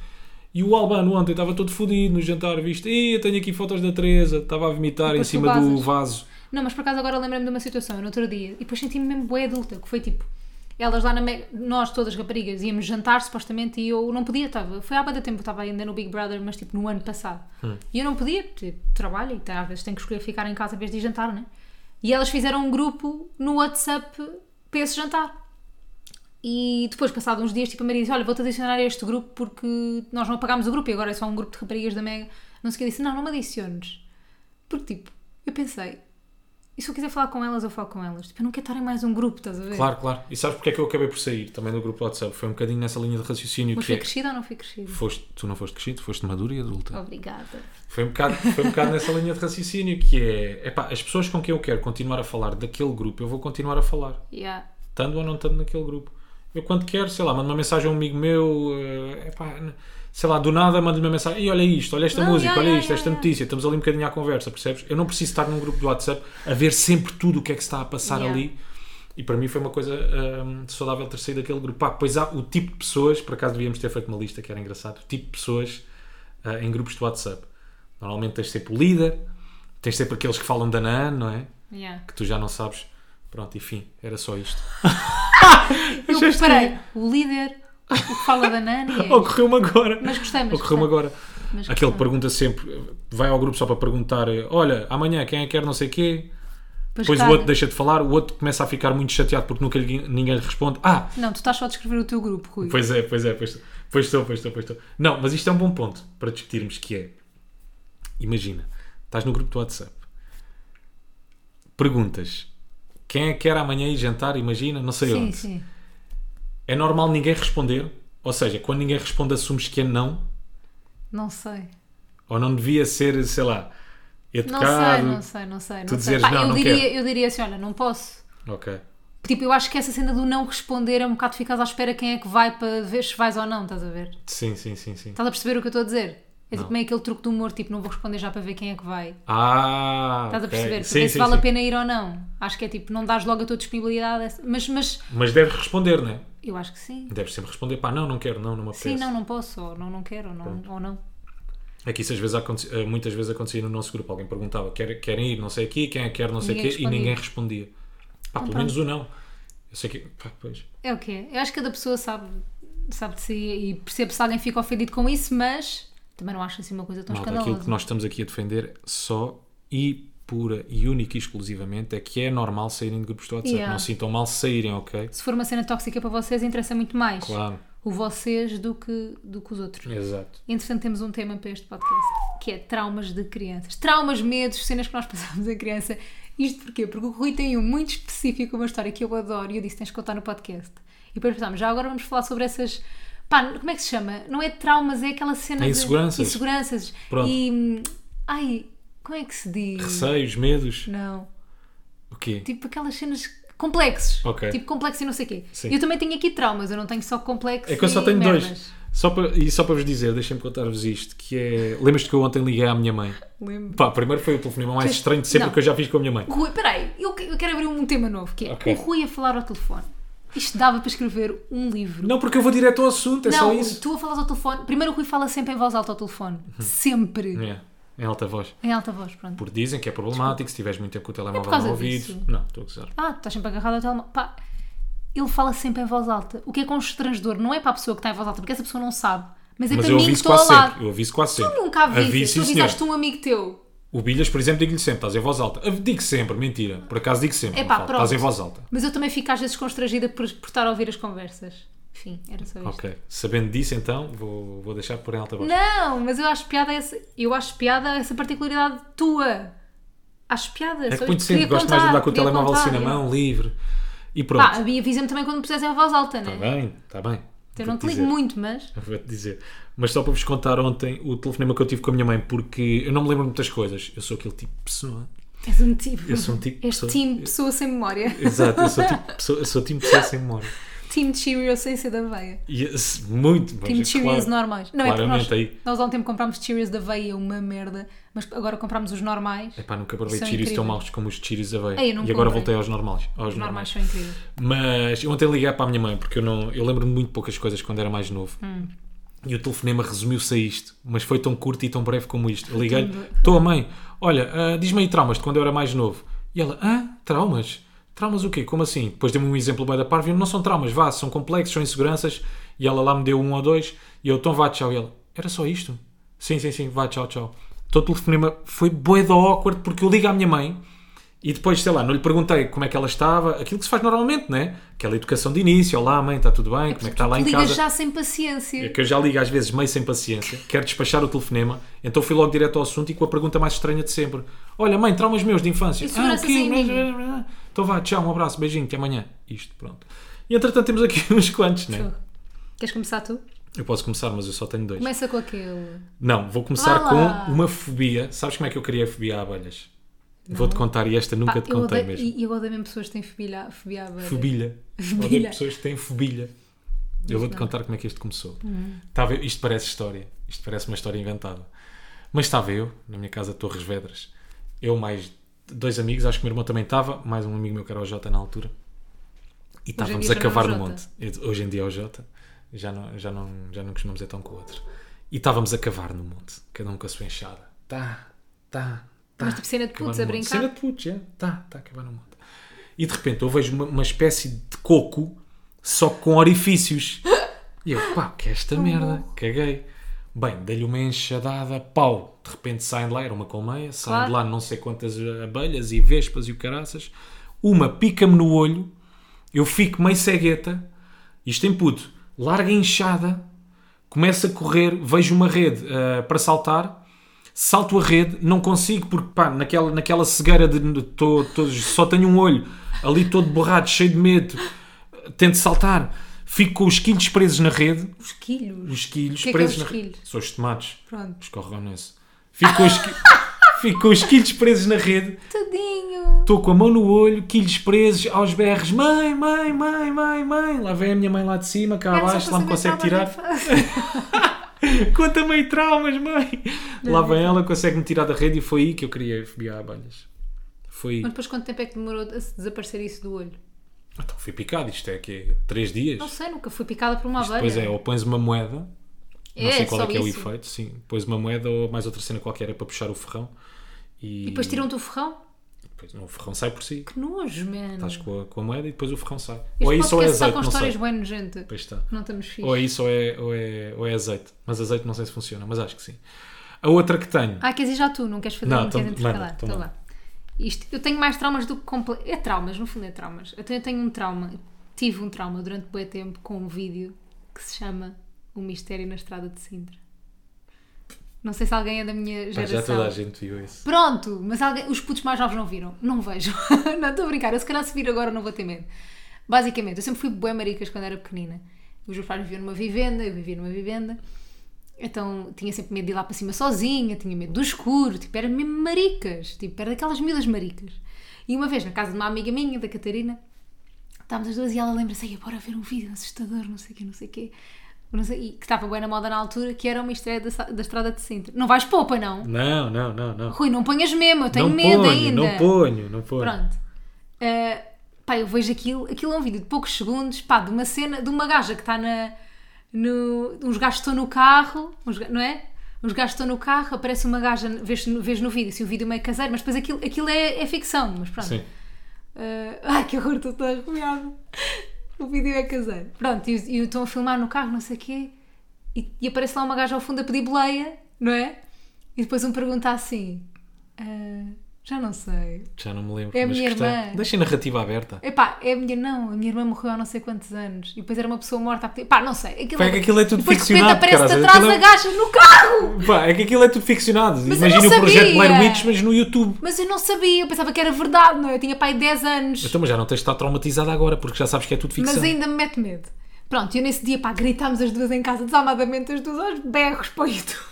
Speaker 2: E o Albano ontem estava todo fodido no jantar, viste? E eu tenho aqui fotos da Teresa, estava a vomitar em
Speaker 1: depois tu
Speaker 2: cima do vaso.
Speaker 1: Não, mas por acaso agora lembrei-me de uma situação, eu no outro dia, e depois senti-me mesmo bué adulta, que foi tipo, elas lá na Mega, nós todas raparigas íamos jantar supostamente e eu não podia, estava, foi há bastante tempo, estava ainda no Big Brother, mas tipo no ano passado.
Speaker 2: Hum.
Speaker 1: E eu não podia, tipo, trabalho, e tá, às vezes tenho que escolher ficar em casa em vez de ir jantar, né? E elas fizeram um grupo no WhatsApp para esse jantar. E depois, passados uns dias, tipo, a Maria disse: Olha, vou-te adicionar a este grupo porque nós não apagámos o grupo e agora é só um grupo de raparigas da Mega. Não sei o que. Eu disse: Não, não me adiciones. Porque, tipo, eu pensei: E se eu quiser falar com elas, eu falo com elas. Tipo, eu não quero estar em mais um grupo, estás a ver?
Speaker 2: Claro, claro. E sabes porque é que eu acabei por sair também do grupo do WhatsApp? Foi um bocadinho nessa linha de raciocínio
Speaker 1: Mas
Speaker 2: que
Speaker 1: fui
Speaker 2: é.
Speaker 1: crescida ou não fui crescida?
Speaker 2: Foste, tu não foste crescido, foste madura e adulta.
Speaker 1: Oh. Obrigada.
Speaker 2: Foi um bocado, foi um bocado nessa linha de raciocínio que é, epá, as pessoas com quem eu quero continuar a falar daquele grupo, eu vou continuar a falar,
Speaker 1: Yeah.
Speaker 2: estando ou não estando naquele grupo. Eu quando quero, sei lá, mando uma mensagem a um amigo meu, eh, epá, n- sei lá, do nada mando-lhe uma mensagem, e olha isto, olha esta
Speaker 1: Não,
Speaker 2: música,
Speaker 1: yeah,
Speaker 2: olha
Speaker 1: yeah,
Speaker 2: isto, esta
Speaker 1: yeah,
Speaker 2: notícia, estamos ali um bocadinho à conversa, percebes? Eu não preciso estar num grupo do WhatsApp a ver sempre tudo o que é que se está a passar
Speaker 1: Yeah.
Speaker 2: ali. E para mim foi uma coisa hum, saudável ter saído daquele grupo. Pá, pois há o tipo de pessoas, por acaso devíamos ter feito uma lista que era engraçado, o tipo de pessoas ah, em grupos de WhatsApp. Normalmente tens sempre o líder, tens sempre aqueles que falam da NAN, não é? *laughs*
Speaker 1: Yeah.
Speaker 2: Que tu já não sabes. Pronto, enfim, era só isto.
Speaker 1: Eu
Speaker 2: Achaste
Speaker 1: preparei o líder, o que fala da Nani.
Speaker 2: *laughs*
Speaker 1: é-
Speaker 2: Ocorreu-me agora.
Speaker 1: Mas gostei, mas
Speaker 2: Ocorreu-me
Speaker 1: gostei.
Speaker 2: agora.
Speaker 1: Mas
Speaker 2: Aquele que
Speaker 1: gostei.
Speaker 2: pergunta sempre, vai ao grupo só para perguntar: olha, amanhã quem é que quer não sei quê?
Speaker 1: Pois
Speaker 2: Depois o
Speaker 1: cara,
Speaker 2: outro deixa de falar, o outro começa a ficar muito chateado porque nunca lhe- ninguém lhe responde. Ah,
Speaker 1: Não, tu estás só a descrever o teu grupo, Rui.
Speaker 2: Pois é, pois é, pois, pois estou, pois estou, pois estou. Não, mas isto é um bom ponto para discutirmos que é, imagina, estás no grupo do WhatsApp, perguntas, quem é que quer amanhã ir jantar, imagina, não sei
Speaker 1: sim,
Speaker 2: onde.
Speaker 1: sim.
Speaker 2: É normal ninguém responder, ou seja, quando ninguém responde assumes que é não,
Speaker 1: Não sei.
Speaker 2: ou não devia ser, sei lá,
Speaker 1: Não
Speaker 2: educado.
Speaker 1: sei, não sei, não sei. Não
Speaker 2: tu
Speaker 1: sei.
Speaker 2: dizeres,
Speaker 1: Pá,
Speaker 2: "Não,
Speaker 1: eu,
Speaker 2: não
Speaker 1: diria,
Speaker 2: quero."
Speaker 1: eu diria assim: olha, não posso.
Speaker 2: Ok.
Speaker 1: Tipo, eu acho que essa cena do não responder é um bocado ficas à espera quem é que vai para ver se vais ou não, estás a ver?
Speaker 2: Sim, sim, sim, sim.
Speaker 1: Estás a perceber o que eu estou a dizer? É tipo meio aquele truque do humor, tipo, não vou responder já para ver quem é que vai.
Speaker 2: Ah,
Speaker 1: Estás a
Speaker 2: ok.
Speaker 1: perceber? Para
Speaker 2: Sim,
Speaker 1: ver se
Speaker 2: sim,
Speaker 1: vale
Speaker 2: sim.
Speaker 1: a pena ir ou não. Acho que é tipo, não dás logo a tua disponibilidade. essa- Mas, mas
Speaker 2: Mas deves responder, não é?
Speaker 1: eu acho que sim.
Speaker 2: Deves sempre responder, pá, não, não quero, não, não me apetece.
Speaker 1: Sim, não, não posso, ou não, não quero, ou não. Ou não.
Speaker 2: É que isso às vezes aconte- eh, muitas vezes acontecia no nosso grupo. Alguém perguntava, "Quer- querem ir não sei aqui, quem é que quer não sei o
Speaker 1: Ninguém
Speaker 2: quê, e ninguém
Speaker 1: respondia. Ah,
Speaker 2: respondia. Pá, pelo
Speaker 1: pronto.
Speaker 2: menos o não. Eu sei que. Pá, pois.
Speaker 1: É o quê? Eu acho que cada pessoa sabe, sabe de si e percebe se alguém fica ofendido com isso, mas também não acho assim uma coisa tão
Speaker 2: Malta, aquilo
Speaker 1: escandalosa.
Speaker 2: que nós estamos aqui a defender só e pura e única e exclusivamente é que é normal saírem de grupos de WhatsApp.
Speaker 1: Yeah.
Speaker 2: Não se sintam mal se saírem, ok?
Speaker 1: Se for uma cena tóxica para vocês, interessa muito mais
Speaker 2: Claro. É
Speaker 1: o vocês do que, do que os outros.
Speaker 2: Exato.
Speaker 1: Entretanto, temos um tema para este podcast, que é traumas de crianças. Traumas, medos, cenas que nós *laughs* passamos em criança. Isto porquê? Porque o Rui tem um muito específico, uma história que eu adoro e eu disse, tens que contar no podcast. E depois pensámos, já agora vamos falar sobre essas... Pá, como é que se chama? Não é traumas, é aquela cena
Speaker 2: É
Speaker 1: de-
Speaker 2: inseguranças.
Speaker 1: Inseguranças.
Speaker 2: Pronto.
Speaker 1: E... hum, Ai, como é que se diz?
Speaker 2: Receios, medos,
Speaker 1: Não.
Speaker 2: o quê?
Speaker 1: Tipo aquelas cenas complexos.
Speaker 2: Ok.
Speaker 1: Tipo complexo e não sei o quê.
Speaker 2: Sim.
Speaker 1: Eu também tenho aqui traumas, eu não tenho só complexo
Speaker 2: É que eu só
Speaker 1: e
Speaker 2: tenho
Speaker 1: merdas.
Speaker 2: dois. Só para, e só para vos dizer, deixem-me contar-vos isto, que é. Lembras-te que eu ontem liguei à minha mãe?
Speaker 1: Lembro.
Speaker 2: Pá, primeiro foi o telefonema mais
Speaker 1: Tu-
Speaker 2: estranho de sempre
Speaker 1: não.
Speaker 2: que eu já fiz com a minha mãe.
Speaker 1: Rui, peraí, eu, que- eu quero abrir um tema novo que é
Speaker 2: Ok.
Speaker 1: o Rui a falar ao telefone. Isto dava para escrever um livro.
Speaker 2: Não, porque eu vou direto ao assunto, é só
Speaker 1: Não,
Speaker 2: isso. Uhum.
Speaker 1: tu a falas ao telefone. Primeiro o Rui fala sempre em voz alta ao telefone. Sempre.
Speaker 2: É, em alta voz.
Speaker 1: Em alta voz, pronto.
Speaker 2: Porque dizem que é problemático se tiveres muito tempo com o
Speaker 1: É por
Speaker 2: telemóvel
Speaker 1: causa
Speaker 2: no ouvido.
Speaker 1: disso.
Speaker 2: Não, estou a gozar.
Speaker 1: Ah, tu estás sempre agarrado ao telemóvel. Pá, ele fala sempre em voz alta. O que é constrangedor não é para a pessoa que está em voz alta, porque essa pessoa não sabe. Mas é
Speaker 2: Mas
Speaker 1: para
Speaker 2: eu
Speaker 1: mim que
Speaker 2: aviso
Speaker 1: estou ao
Speaker 2: quase
Speaker 1: lado.
Speaker 2: sempre. Eu aviso quase sempre.
Speaker 1: Tu nunca avisas.
Speaker 2: Aviso,
Speaker 1: Tu
Speaker 2: sim, senhor.
Speaker 1: avisaste um amigo teu.
Speaker 2: O Bilhas, por exemplo, digo-lhe sempre, estás em voz alta. Eu Digo sempre, mentira. Por acaso digo sempre.
Speaker 1: Epá,
Speaker 2: não falo.
Speaker 1: pronto.
Speaker 2: Estás em voz alta.
Speaker 1: Mas eu também fico às vezes constrangida por, por estar a ouvir as conversas. Enfim, era só isto.
Speaker 2: Ok. Sabendo disso, então, vou, vou deixar por em alta voz.
Speaker 1: Não, mas eu acho piada essa, eu acho piada essa particularidade tua. Acho piada.
Speaker 2: é
Speaker 1: só-
Speaker 2: que muito
Speaker 1: queria
Speaker 2: sempre gosto mais de
Speaker 1: contar,
Speaker 2: andar com o
Speaker 1: queria
Speaker 2: telemóvel assim
Speaker 1: contar,
Speaker 2: na
Speaker 1: yeah.
Speaker 2: mão, livre. E pronto.
Speaker 1: Pá,
Speaker 2: Está
Speaker 1: avisa-me também quando pusesse em voz alta, né?
Speaker 2: bem, está bem.
Speaker 1: Eu
Speaker 2: Vou-te
Speaker 1: não te ligo
Speaker 2: dizer.
Speaker 1: muito, mas.
Speaker 2: *laughs* Vou-te dizer. Mas só para vos contar ontem o telefonema que eu tive com a minha mãe, porque eu não me lembro de muitas coisas. Eu sou aquele tipo de pessoa.
Speaker 1: És um tipo.
Speaker 2: Eu sou um tipo de
Speaker 1: És
Speaker 2: pessoa-
Speaker 1: time pessoa sem memória. *laughs*
Speaker 2: Exato, eu sou tipo de pessoa, eu sou tipo de pessoa sem memória.
Speaker 1: Time de Cheerios sem ser da veia.
Speaker 2: E, esse- muito, mas, é
Speaker 1: Time de Cheerios
Speaker 2: claro,
Speaker 1: normais. Não, é
Speaker 2: É claramente
Speaker 1: porque nós,
Speaker 2: aí.
Speaker 1: nós há um tempo comprámos Cheerios da veia, uma merda, mas agora comprámos os normais.
Speaker 2: Epá, nunca provei
Speaker 1: São
Speaker 2: Cheerios tão
Speaker 1: incríveis.
Speaker 2: maus como os Cheerios aveia.
Speaker 1: Ei, eu não
Speaker 2: E agora
Speaker 1: comprei.
Speaker 2: voltei aos normais. Aos
Speaker 1: Os normais
Speaker 2: normais.
Speaker 1: são incríveis.
Speaker 2: Mas eu ontem liguei para a minha mãe, porque eu, não, eu lembro-me muito poucas coisas quando era mais novo. E o telefonema resumiu-se a isto, mas foi tão curto e tão breve como isto. Eu liguei, estou a mãe, olha, ah, diz-me aí traumas de quando eu era mais novo. E ela, hã? Traumas? Traumas o quê? Como assim? Depois deu-me um exemplo bem da parva e eu, não são traumas, vá, são complexos, são inseguranças. E ela lá me deu um ou dois e eu, então vá, tchau. E ela, era só isto? Sim, sim, sim, vá, tchau, tchau. Então o telefonema foi bué da awkward porque eu ligo à minha mãe e depois, sei lá, não lhe perguntei como é que ela estava, aquilo que se faz normalmente, né? Aquela educação de início, olá mãe, está tudo bem, como é que está lá em
Speaker 1: Ligas
Speaker 2: casa?
Speaker 1: já sem paciência.
Speaker 2: É que eu já ligo às vezes meio sem paciência, quero despachar o telefonema, então fui logo direto ao assunto e com a pergunta mais estranha de sempre. Olha mãe, traumas meus de infância.
Speaker 1: E seguranças em
Speaker 2: Mas-
Speaker 1: mim.
Speaker 2: Então vá, tchau, um abraço, beijinho, até amanhã. Isto, pronto. E entretanto temos aqui *laughs* uns quantos, né?
Speaker 1: Tu. Queres começar tu?
Speaker 2: Eu posso começar, mas eu só tenho dois.
Speaker 1: Começa com aquele.
Speaker 2: Não, vou começar
Speaker 1: Vá lá.
Speaker 2: com uma fobia. Sabes como é que eu criei a fobia a abelhas? Vou-te contar e esta nunca
Speaker 1: Pá,
Speaker 2: te
Speaker 1: eu
Speaker 2: contei
Speaker 1: odeio,
Speaker 2: mesmo.
Speaker 1: E e eu odeio mesmo pessoas que têm fobia, fobia à abelha.
Speaker 2: Fobilha.
Speaker 1: Fobilha.
Speaker 2: Odeio pessoas que têm fobilha. Eu vou-te contar como é que isto começou.
Speaker 1: Hum.
Speaker 2: Estava eu- isto parece história. Isto parece uma história inventada. Mas estava eu, na minha casa de Torres Vedras, eu mais dois amigos, acho que o meu irmão também estava, mais um amigo meu que era o Jota na altura. E estávamos
Speaker 1: dia
Speaker 2: a
Speaker 1: já não é o
Speaker 2: cavar no
Speaker 1: Jota.
Speaker 2: monte. Hoje em dia é o Jota. Já não, já, não, já não costumamos é tão com o outro. E estávamos a cavar no monte, cada um com a sua enxada. Tá, tá, tá.
Speaker 1: Mas tipo cena de
Speaker 2: Acabar
Speaker 1: putos
Speaker 2: no
Speaker 1: a
Speaker 2: monte.
Speaker 1: brincar?
Speaker 2: Cena de putos, já. Tá, tá a acabar no monte. E de repente eu vejo uma, uma espécie de coco, só com orifícios. E eu, pá, que é esta merda? Caguei. Bem, dei-lhe uma enxadada, pau. De repente saem de lá, era uma colmeia, saem
Speaker 1: Claro.
Speaker 2: de lá não sei quantas abelhas e vespas e o caraças. Uma pica-me no olho, eu fico meio cegueta, isto em puto, larga a enxada, começo a correr, vejo uma rede ah, para saltar, salto a rede, não consigo, porque pá, naquela, naquela cegueira de de- tô- tô- só tenho um olho, ali todo borrado, cheio de medo, tento saltar, fico com os quilhos presos na rede,
Speaker 1: Os quilhos.
Speaker 2: os quilhos
Speaker 1: O que é que é
Speaker 2: presos
Speaker 1: os
Speaker 2: na rede.
Speaker 1: quilhos?
Speaker 2: São os tomates,
Speaker 1: Pronto.
Speaker 2: os corrones. Fico com os, qui- *laughs* fico com os quilhos presos na rede,
Speaker 1: Tadinho.
Speaker 2: Estou com a mão no olho, quilhos presos aos berros. Mãe, mãe, mãe, mãe, mãe. Lá vem a minha mãe lá de cima, cá
Speaker 1: Era só
Speaker 2: abaixo,
Speaker 1: para
Speaker 2: Ah, lá me
Speaker 1: saber
Speaker 2: consegue
Speaker 1: se ela
Speaker 2: tirar.
Speaker 1: vai dar-
Speaker 2: *laughs* Conta meio traumas, mãe. lá
Speaker 1: é
Speaker 2: vem ela, consegue-me tirar da rede e foi aí que eu criei a fobia a abelhas. Foi aí.
Speaker 1: Mas depois quanto tempo é que demorou a se desaparecer isso do olho?
Speaker 2: Então fui picado, isto é que Três dias.
Speaker 1: Não sei, nunca fui picada por uma
Speaker 2: Isto
Speaker 1: abelha.
Speaker 2: depois é, ou pões uma moeda, não
Speaker 1: É,
Speaker 2: sei qual é
Speaker 1: só
Speaker 2: que é o
Speaker 1: isso.
Speaker 2: efeito, sim. Pões uma moeda ou mais outra cena qualquer é para puxar o ferrão. E,
Speaker 1: E depois um- tiram-te o ferrão?
Speaker 2: depois, não, o ferrão sai por si.
Speaker 1: Que nojo, man.
Speaker 2: Estás com a, com a moeda e depois o ferrão sai.
Speaker 1: Este
Speaker 2: ou é isso ou é
Speaker 1: podcast está
Speaker 2: azeite,
Speaker 1: com
Speaker 2: não
Speaker 1: histórias
Speaker 2: sei.
Speaker 1: bem nojentas.
Speaker 2: Pois está.
Speaker 1: Não estamos fixe.
Speaker 2: Ou é isso ou é, ou, é, ou é azeite. Mas azeite não sei se funciona, mas acho que sim. A outra que tenho.
Speaker 1: Ah, queres ir já tu? Não queres fazer?
Speaker 2: Não,
Speaker 1: Não, queres
Speaker 2: então-
Speaker 1: intercalar?
Speaker 2: manda,
Speaker 1: Então
Speaker 2: então
Speaker 1: lá. Isto, eu tenho mais traumas do que... comple- É traumas, no fundo é traumas. Então eu tenho um trauma. Tive um trauma durante bué tempo com um vídeo que se chama O Mistério na Estrada de Sintra. Não sei se alguém é da minha
Speaker 2: Pá,
Speaker 1: geração.
Speaker 2: já toda a gente viu isso.
Speaker 1: Pronto, mas alguém- os putos mais novos não viram. Não vejo. *laughs* não, estou a brincar. Eu se calhar se vir agora não vou ter medo. Basicamente, eu sempre fui bué maricas quando era pequenina. Os meus pais viviam numa vivenda, eu vivia numa vivenda. Então tinha sempre medo de ir lá para cima sozinha, tinha medo do escuro, tipo, era mesmo maricas. Tipo, era daquelas miúdas maricas. E uma vez, na casa de uma amiga minha, da Catarina, estávamos as duas e ela lembra-se, "Ei, bora ver um vídeo assustador, não sei o quê, não sei o quê. Não sei, e que estava bem na moda na altura, que era uma estreia da, sa- da Estrada de Sintra. Não vais pôr, pois não?
Speaker 2: Não, não, não, não.
Speaker 1: Rui, não ponhas mesmo, eu tenho
Speaker 2: não
Speaker 1: medo
Speaker 2: ponho,
Speaker 1: ainda.
Speaker 2: não ponho, não ponho.
Speaker 1: Pronto. Eh, pá, eu vejo aquilo, aquilo é um vídeo de poucos segundos, pá, de uma cena, de uma gaja que está na. No, uns gajos estão no carro, uns ga- não é? Uns gajos estão no carro, aparece uma gaja, vês, no- vês no vídeo, assim, o vídeo meio caseiro, mas depois aquilo, aquilo é, é ficção, mas pronto.
Speaker 2: Sim.
Speaker 1: Ah, ai, que horror, estou toda arrepiada. O vídeo é caseiro. Pronto, e e estão a filmar no carro, não sei o quê, e, e aparece lá uma gaja ao fundo a pedir boleia, não é? E depois um pergunta assim: ah, já não sei.
Speaker 2: Já não me lembro.
Speaker 1: É a
Speaker 2: mas
Speaker 1: minha
Speaker 2: gostei.
Speaker 1: irmã.
Speaker 2: Deixa a narrativa aberta.
Speaker 1: Epá, é a minha, não, a minha irmã morreu há não sei quantos anos e depois era uma pessoa morta a pedir. Pá, não sei. Aquilo
Speaker 2: Pá, é que aquilo é tudo
Speaker 1: Depois de repente
Speaker 2: ficcionado,
Speaker 1: aparece
Speaker 2: caralho,
Speaker 1: de atrás
Speaker 2: aquilo
Speaker 1: a
Speaker 2: é-
Speaker 1: gaja no carro!
Speaker 2: Pá, é que aquilo é tudo ficcionado.
Speaker 1: Mas eu
Speaker 2: Imagina
Speaker 1: não
Speaker 2: o projeto
Speaker 1: sabia.
Speaker 2: Blair Witch, mas no YouTube.
Speaker 1: Mas eu não sabia, eu pensava que era verdade, não é? Eu tinha pai 10 anos.
Speaker 2: Então, mas já não tens de estar traumatizada agora, porque já sabes que é tudo ficção.
Speaker 1: Mas ainda me mete medo. Pronto, eu nesse dia, pá, gritámos as duas em casa, desalmadamente, as duas aos berros para o YouTube.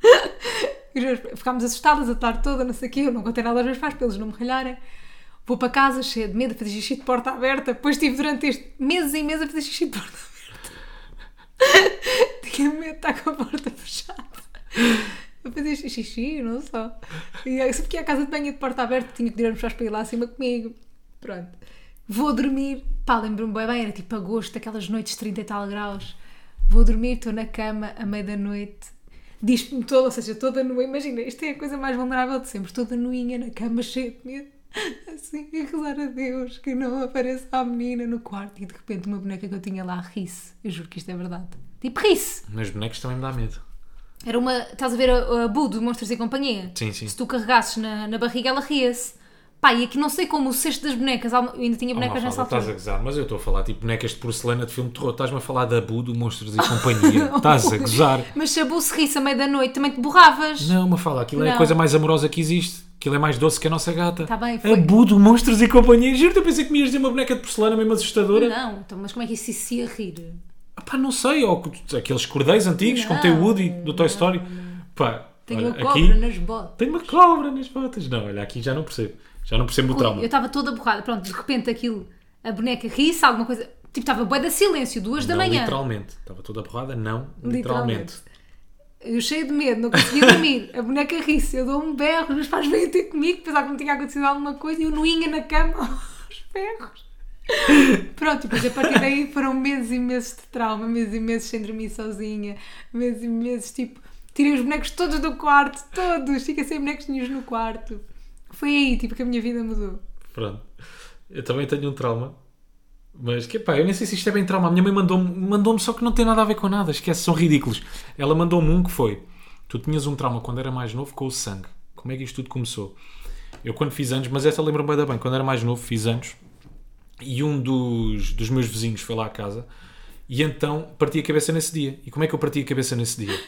Speaker 1: *laughs* E nós Ficámos assustadas a tarde toda, não sei o quê, eu não contei nada aos meus pais para eles não me ralharem. Vou para casa cheia de medo, a fazer xixi de porta aberta. Depois estive durante este meses e meses a fazer xixi de porta *laughs* aberta. *laughs* Tinha medo de estar com a porta fechada. A fazer xixi, não só. E aí, sempre que ia à casa de banho é de porta aberta, tinha que tirar os pais para ir lá acima comigo. Pronto. Vou dormir. Pá, lembro-me bem bem, era tipo agosto, aquelas noites de 30 e tal graus. Vou dormir, estou na cama, à meia da noite. Diz-me toda, ou seja, toda nua. Imagina, isto é a coisa mais vulnerável de sempre. Toda nuinha na cama, cheia de medo. Assim, a rezar a Deus que não apareça a menina no quarto. E de repente uma boneca que eu tinha lá ri-se. Eu juro que isto é verdade. Tipo, ri-se.
Speaker 2: Nos bonecos também me dá medo. Oh,
Speaker 1: Era uma. Estás a ver a, a Boo do Monstros e Companhia?
Speaker 2: Sim, sim.
Speaker 1: Se tu carregasses na, na barriga, ela ria-se. Pá, e aqui não sei como o cesto das bonecas. há uma- Eu ainda tinha
Speaker 2: Oh,
Speaker 1: bonecas
Speaker 2: Mafalda,
Speaker 1: nessa
Speaker 2: estás a
Speaker 1: altura.
Speaker 2: gozar, mas eu estou a falar tipo bonecas de porcelana de filme de terror. Estás-me a falar da Abu, do
Speaker 1: *laughs*
Speaker 2: Monstros e Companhia. Estás a gozar.
Speaker 1: Mas se a Boo se risse à meia-da-noite, também te borravas.
Speaker 2: Não, Mafalda, aquilo é a
Speaker 1: Não.
Speaker 2: coisa mais amorosa que existe. Aquilo é mais doce que a nossa gata.
Speaker 1: Tá bem, foi.
Speaker 2: a Abu, do Monstros e Companhia. Juro-te, eu pensei que me ias dizer uma boneca de porcelana mesmo assustadora.
Speaker 1: Não, então, mas como é que isso se ia rir?
Speaker 2: Ah Pá, não sei, ou que- aqueles cordeiros antigos com
Speaker 1: Não,
Speaker 2: teu Woody do Toy Story. Pá,
Speaker 1: Tenho
Speaker 2: olha,
Speaker 1: uma cobra né?
Speaker 2: aqui
Speaker 1: nas botas.
Speaker 2: tem uma cobra nas botas. Não, olha, aqui já não percebo. Já não percebo o trauma.
Speaker 1: Ui, eu estava toda borrada. Pronto, de repente aquilo, a boneca ri-se, alguma coisa. Tipo, estava bué da silêncio, duas da
Speaker 2: não,
Speaker 1: manhã.
Speaker 2: literalmente. Estava toda borrada, não,
Speaker 1: Literalmente.
Speaker 2: literalmente.
Speaker 1: Eu cheia de medo, não conseguia dormir. A boneca ri-se, eu dou um berro, os meus pais vêm ter comigo, pensar que me tinha acontecido alguma coisa e eu noinha na cama *laughs* aos berros. Pronto, e depois a partir daí foram meses e meses de trauma, meses e meses sem dormir sozinha, meses e meses tipo, tirei os bonecos todos do quarto, todos, fiquei sem bonecos nenhums no quarto. Foi aí tipo que a minha vida mudou.
Speaker 2: Pronto. Eu também tenho um trauma. Mas que pá, eu nem sei se isto é bem trauma. A minha mãe mandou-me, mandou-me só que não tem nada a ver com nada. Esquece, são ridículos. Ela mandou-me um que foi: Tu tinhas um trauma quando era mais novo com o sangue. Como é que isto tudo começou? Eu quando fiz anos, mas essa lembro-me bem da bem, quando era mais novo, fiz anos. E um dos, dos meus vizinhos foi lá à casa e então parti a cabeça nesse dia. E como é que eu parti a cabeça nesse dia?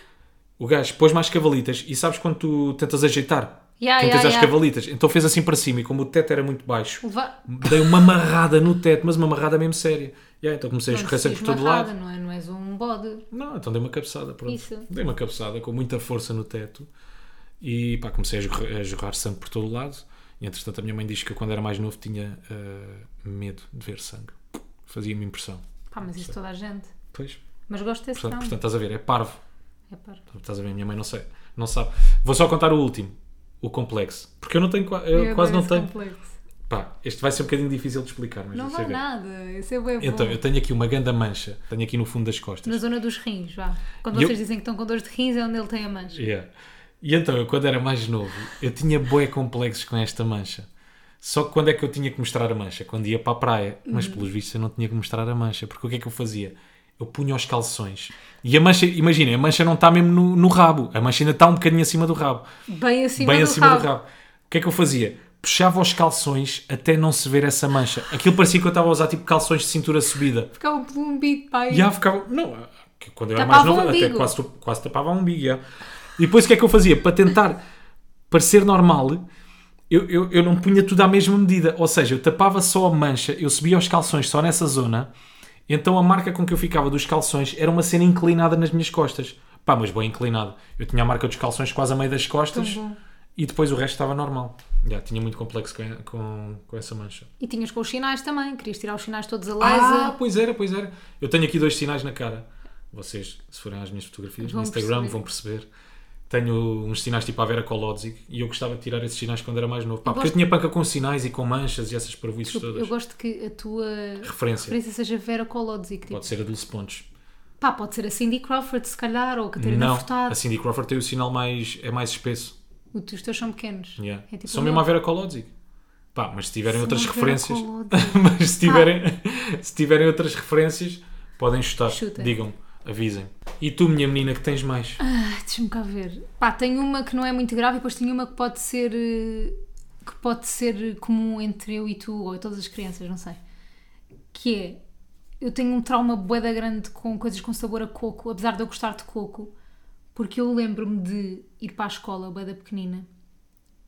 Speaker 2: O gajo pôs mais cavalitas e sabes quando tu tentas ajeitar?
Speaker 1: Yeah,
Speaker 2: tentas
Speaker 1: yeah,
Speaker 2: as
Speaker 1: yeah.
Speaker 2: cavalitas. Então fez assim para cima e como o teto era muito baixo,
Speaker 1: Leva...
Speaker 2: dei uma amarrada no teto, mas uma amarrada mesmo séria. E aí, então comecei a
Speaker 1: Não,
Speaker 2: escorrecer
Speaker 1: és
Speaker 2: por todo
Speaker 1: marrada,
Speaker 2: lado.
Speaker 1: Não, é? não és um bode.
Speaker 2: Não, então dei uma cabeçada, pronto.
Speaker 1: Isso.
Speaker 2: Dei uma cabeçada com muita força no teto e pá, comecei a jorrar, a jorrar sangue por todo lado. E entretanto a minha mãe diz que eu, quando era mais novo tinha ah, medo de ver sangue. Fazia-me impressão.
Speaker 1: Pá, mas isso toda a gente.
Speaker 2: Pois,
Speaker 1: Mas gosto desse
Speaker 2: portanto,
Speaker 1: trauma.
Speaker 2: portanto estás a ver, é parvo.
Speaker 1: É para.
Speaker 2: Estás a ver, minha mãe não sei, não sabe. Vou só contar o último, o complexo. Porque eu não tenho, qua- eu
Speaker 1: Eu
Speaker 2: quase
Speaker 1: adoro
Speaker 2: não
Speaker 1: É esse
Speaker 2: tenho.
Speaker 1: complexo.
Speaker 2: Pá, este vai ser um bocadinho difícil de explicar, mas
Speaker 1: Não
Speaker 2: você
Speaker 1: vai
Speaker 2: vê.
Speaker 1: nada, isso é bem bom.
Speaker 2: Então, eu tenho aqui uma ganda mancha, tenho aqui no fundo das costas.
Speaker 1: Na zona dos rins, vá. Quando
Speaker 2: E eu-
Speaker 1: vocês dizem que estão com dores de rins, é onde ele tem a mancha.
Speaker 2: Yeah. E então, eu quando era mais novo, eu tinha boé complexos com esta mancha. Só que quando é que eu tinha que mostrar a mancha? Quando ia para a praia. Mas,
Speaker 1: Uhum.
Speaker 2: pelos vistos, eu não tinha que mostrar a mancha. Porque o que é que eu fazia? Eu punha os calções. E a mancha, imagina, a mancha não está mesmo no, no rabo. A mancha ainda está um bocadinho acima do rabo.
Speaker 1: Bem acima,
Speaker 2: bem
Speaker 1: do,
Speaker 2: acima
Speaker 1: rabo.
Speaker 2: do rabo. O que é que eu fazia? Puxava os calções até não se ver essa mancha. Aquilo parecia que eu estava a usar tipo calções de cintura subida.
Speaker 1: Ficava pelo umbigo, pai.
Speaker 2: E já ficava. Não, é, que quando eu era
Speaker 1: Tapava
Speaker 2: mais
Speaker 1: o
Speaker 2: novo, até
Speaker 1: umbigo.
Speaker 2: quase, tu- quase tapava um umbigo. já. E depois o que é que eu fazia? Para tentar parecer normal, eu, eu, eu não punha tudo à mesma medida. Ou seja, eu tapava só a mancha, eu subia os calções só nessa zona. Então a marca com que eu ficava dos calções era uma cena inclinada nas minhas costas. Pá, mas bem inclinado. Eu tinha a marca dos calções quase a meio das costas
Speaker 1: Tão bom.
Speaker 2: e depois o resto estava normal. Já tinha muito complexo com, com, com essa mancha.
Speaker 1: E tinhas com os sinais também, querias tirar os sinais todos a
Speaker 2: Ah,
Speaker 1: laser.
Speaker 2: pois era, pois era. Eu tenho aqui dois sinais na cara. Vocês, se forem às minhas fotografias
Speaker 1: Vão
Speaker 2: no Instagram,
Speaker 1: perceber.
Speaker 2: vão perceber Tenho uns sinais tipo a Vera Kolodzik e eu gostava de tirar esses sinais quando era mais novo. Pá, porque eu tinha panca com sinais e com manchas e essas prejuízos
Speaker 1: Eu
Speaker 2: todas.
Speaker 1: gosto que a tua
Speaker 2: Referência.
Speaker 1: referência seja Vera Kolodzik. Tipo,
Speaker 2: Pode ser a Dulce Pontes.
Speaker 1: pá, pode ser a Cindy Crawford, se calhar, ou a Catarina
Speaker 2: Não,
Speaker 1: Furtado.
Speaker 2: a Cindy Crawford tem o sinal mais. é mais espesso.
Speaker 1: Os teus- os teus são pequenos.
Speaker 2: Yeah.
Speaker 1: É tipo
Speaker 2: São
Speaker 1: o
Speaker 2: mesmo a
Speaker 1: meu.
Speaker 2: Vera Kolodzik. Pá, mas se tiverem
Speaker 1: São
Speaker 2: outras
Speaker 1: a Vera
Speaker 2: referências.
Speaker 1: Kolodzik.
Speaker 2: *laughs*
Speaker 1: Ah.
Speaker 2: mas se tiverem, se tiverem outras referências, podem chutar.
Speaker 1: Chutem.
Speaker 2: Digam, avisem. E tu, minha menina, que tens mais?
Speaker 1: Ah, Deixa-me cá ver. Pá, tem uma que não é muito grave e depois tem uma que pode ser eh, que pode ser comum entre eu e tu ou todas as crianças, não sei. Que é eu tenho um trauma boeda grande com coisas com sabor a coco, apesar de eu gostar de coco, porque eu lembro-me de ir para a escola boeda pequenina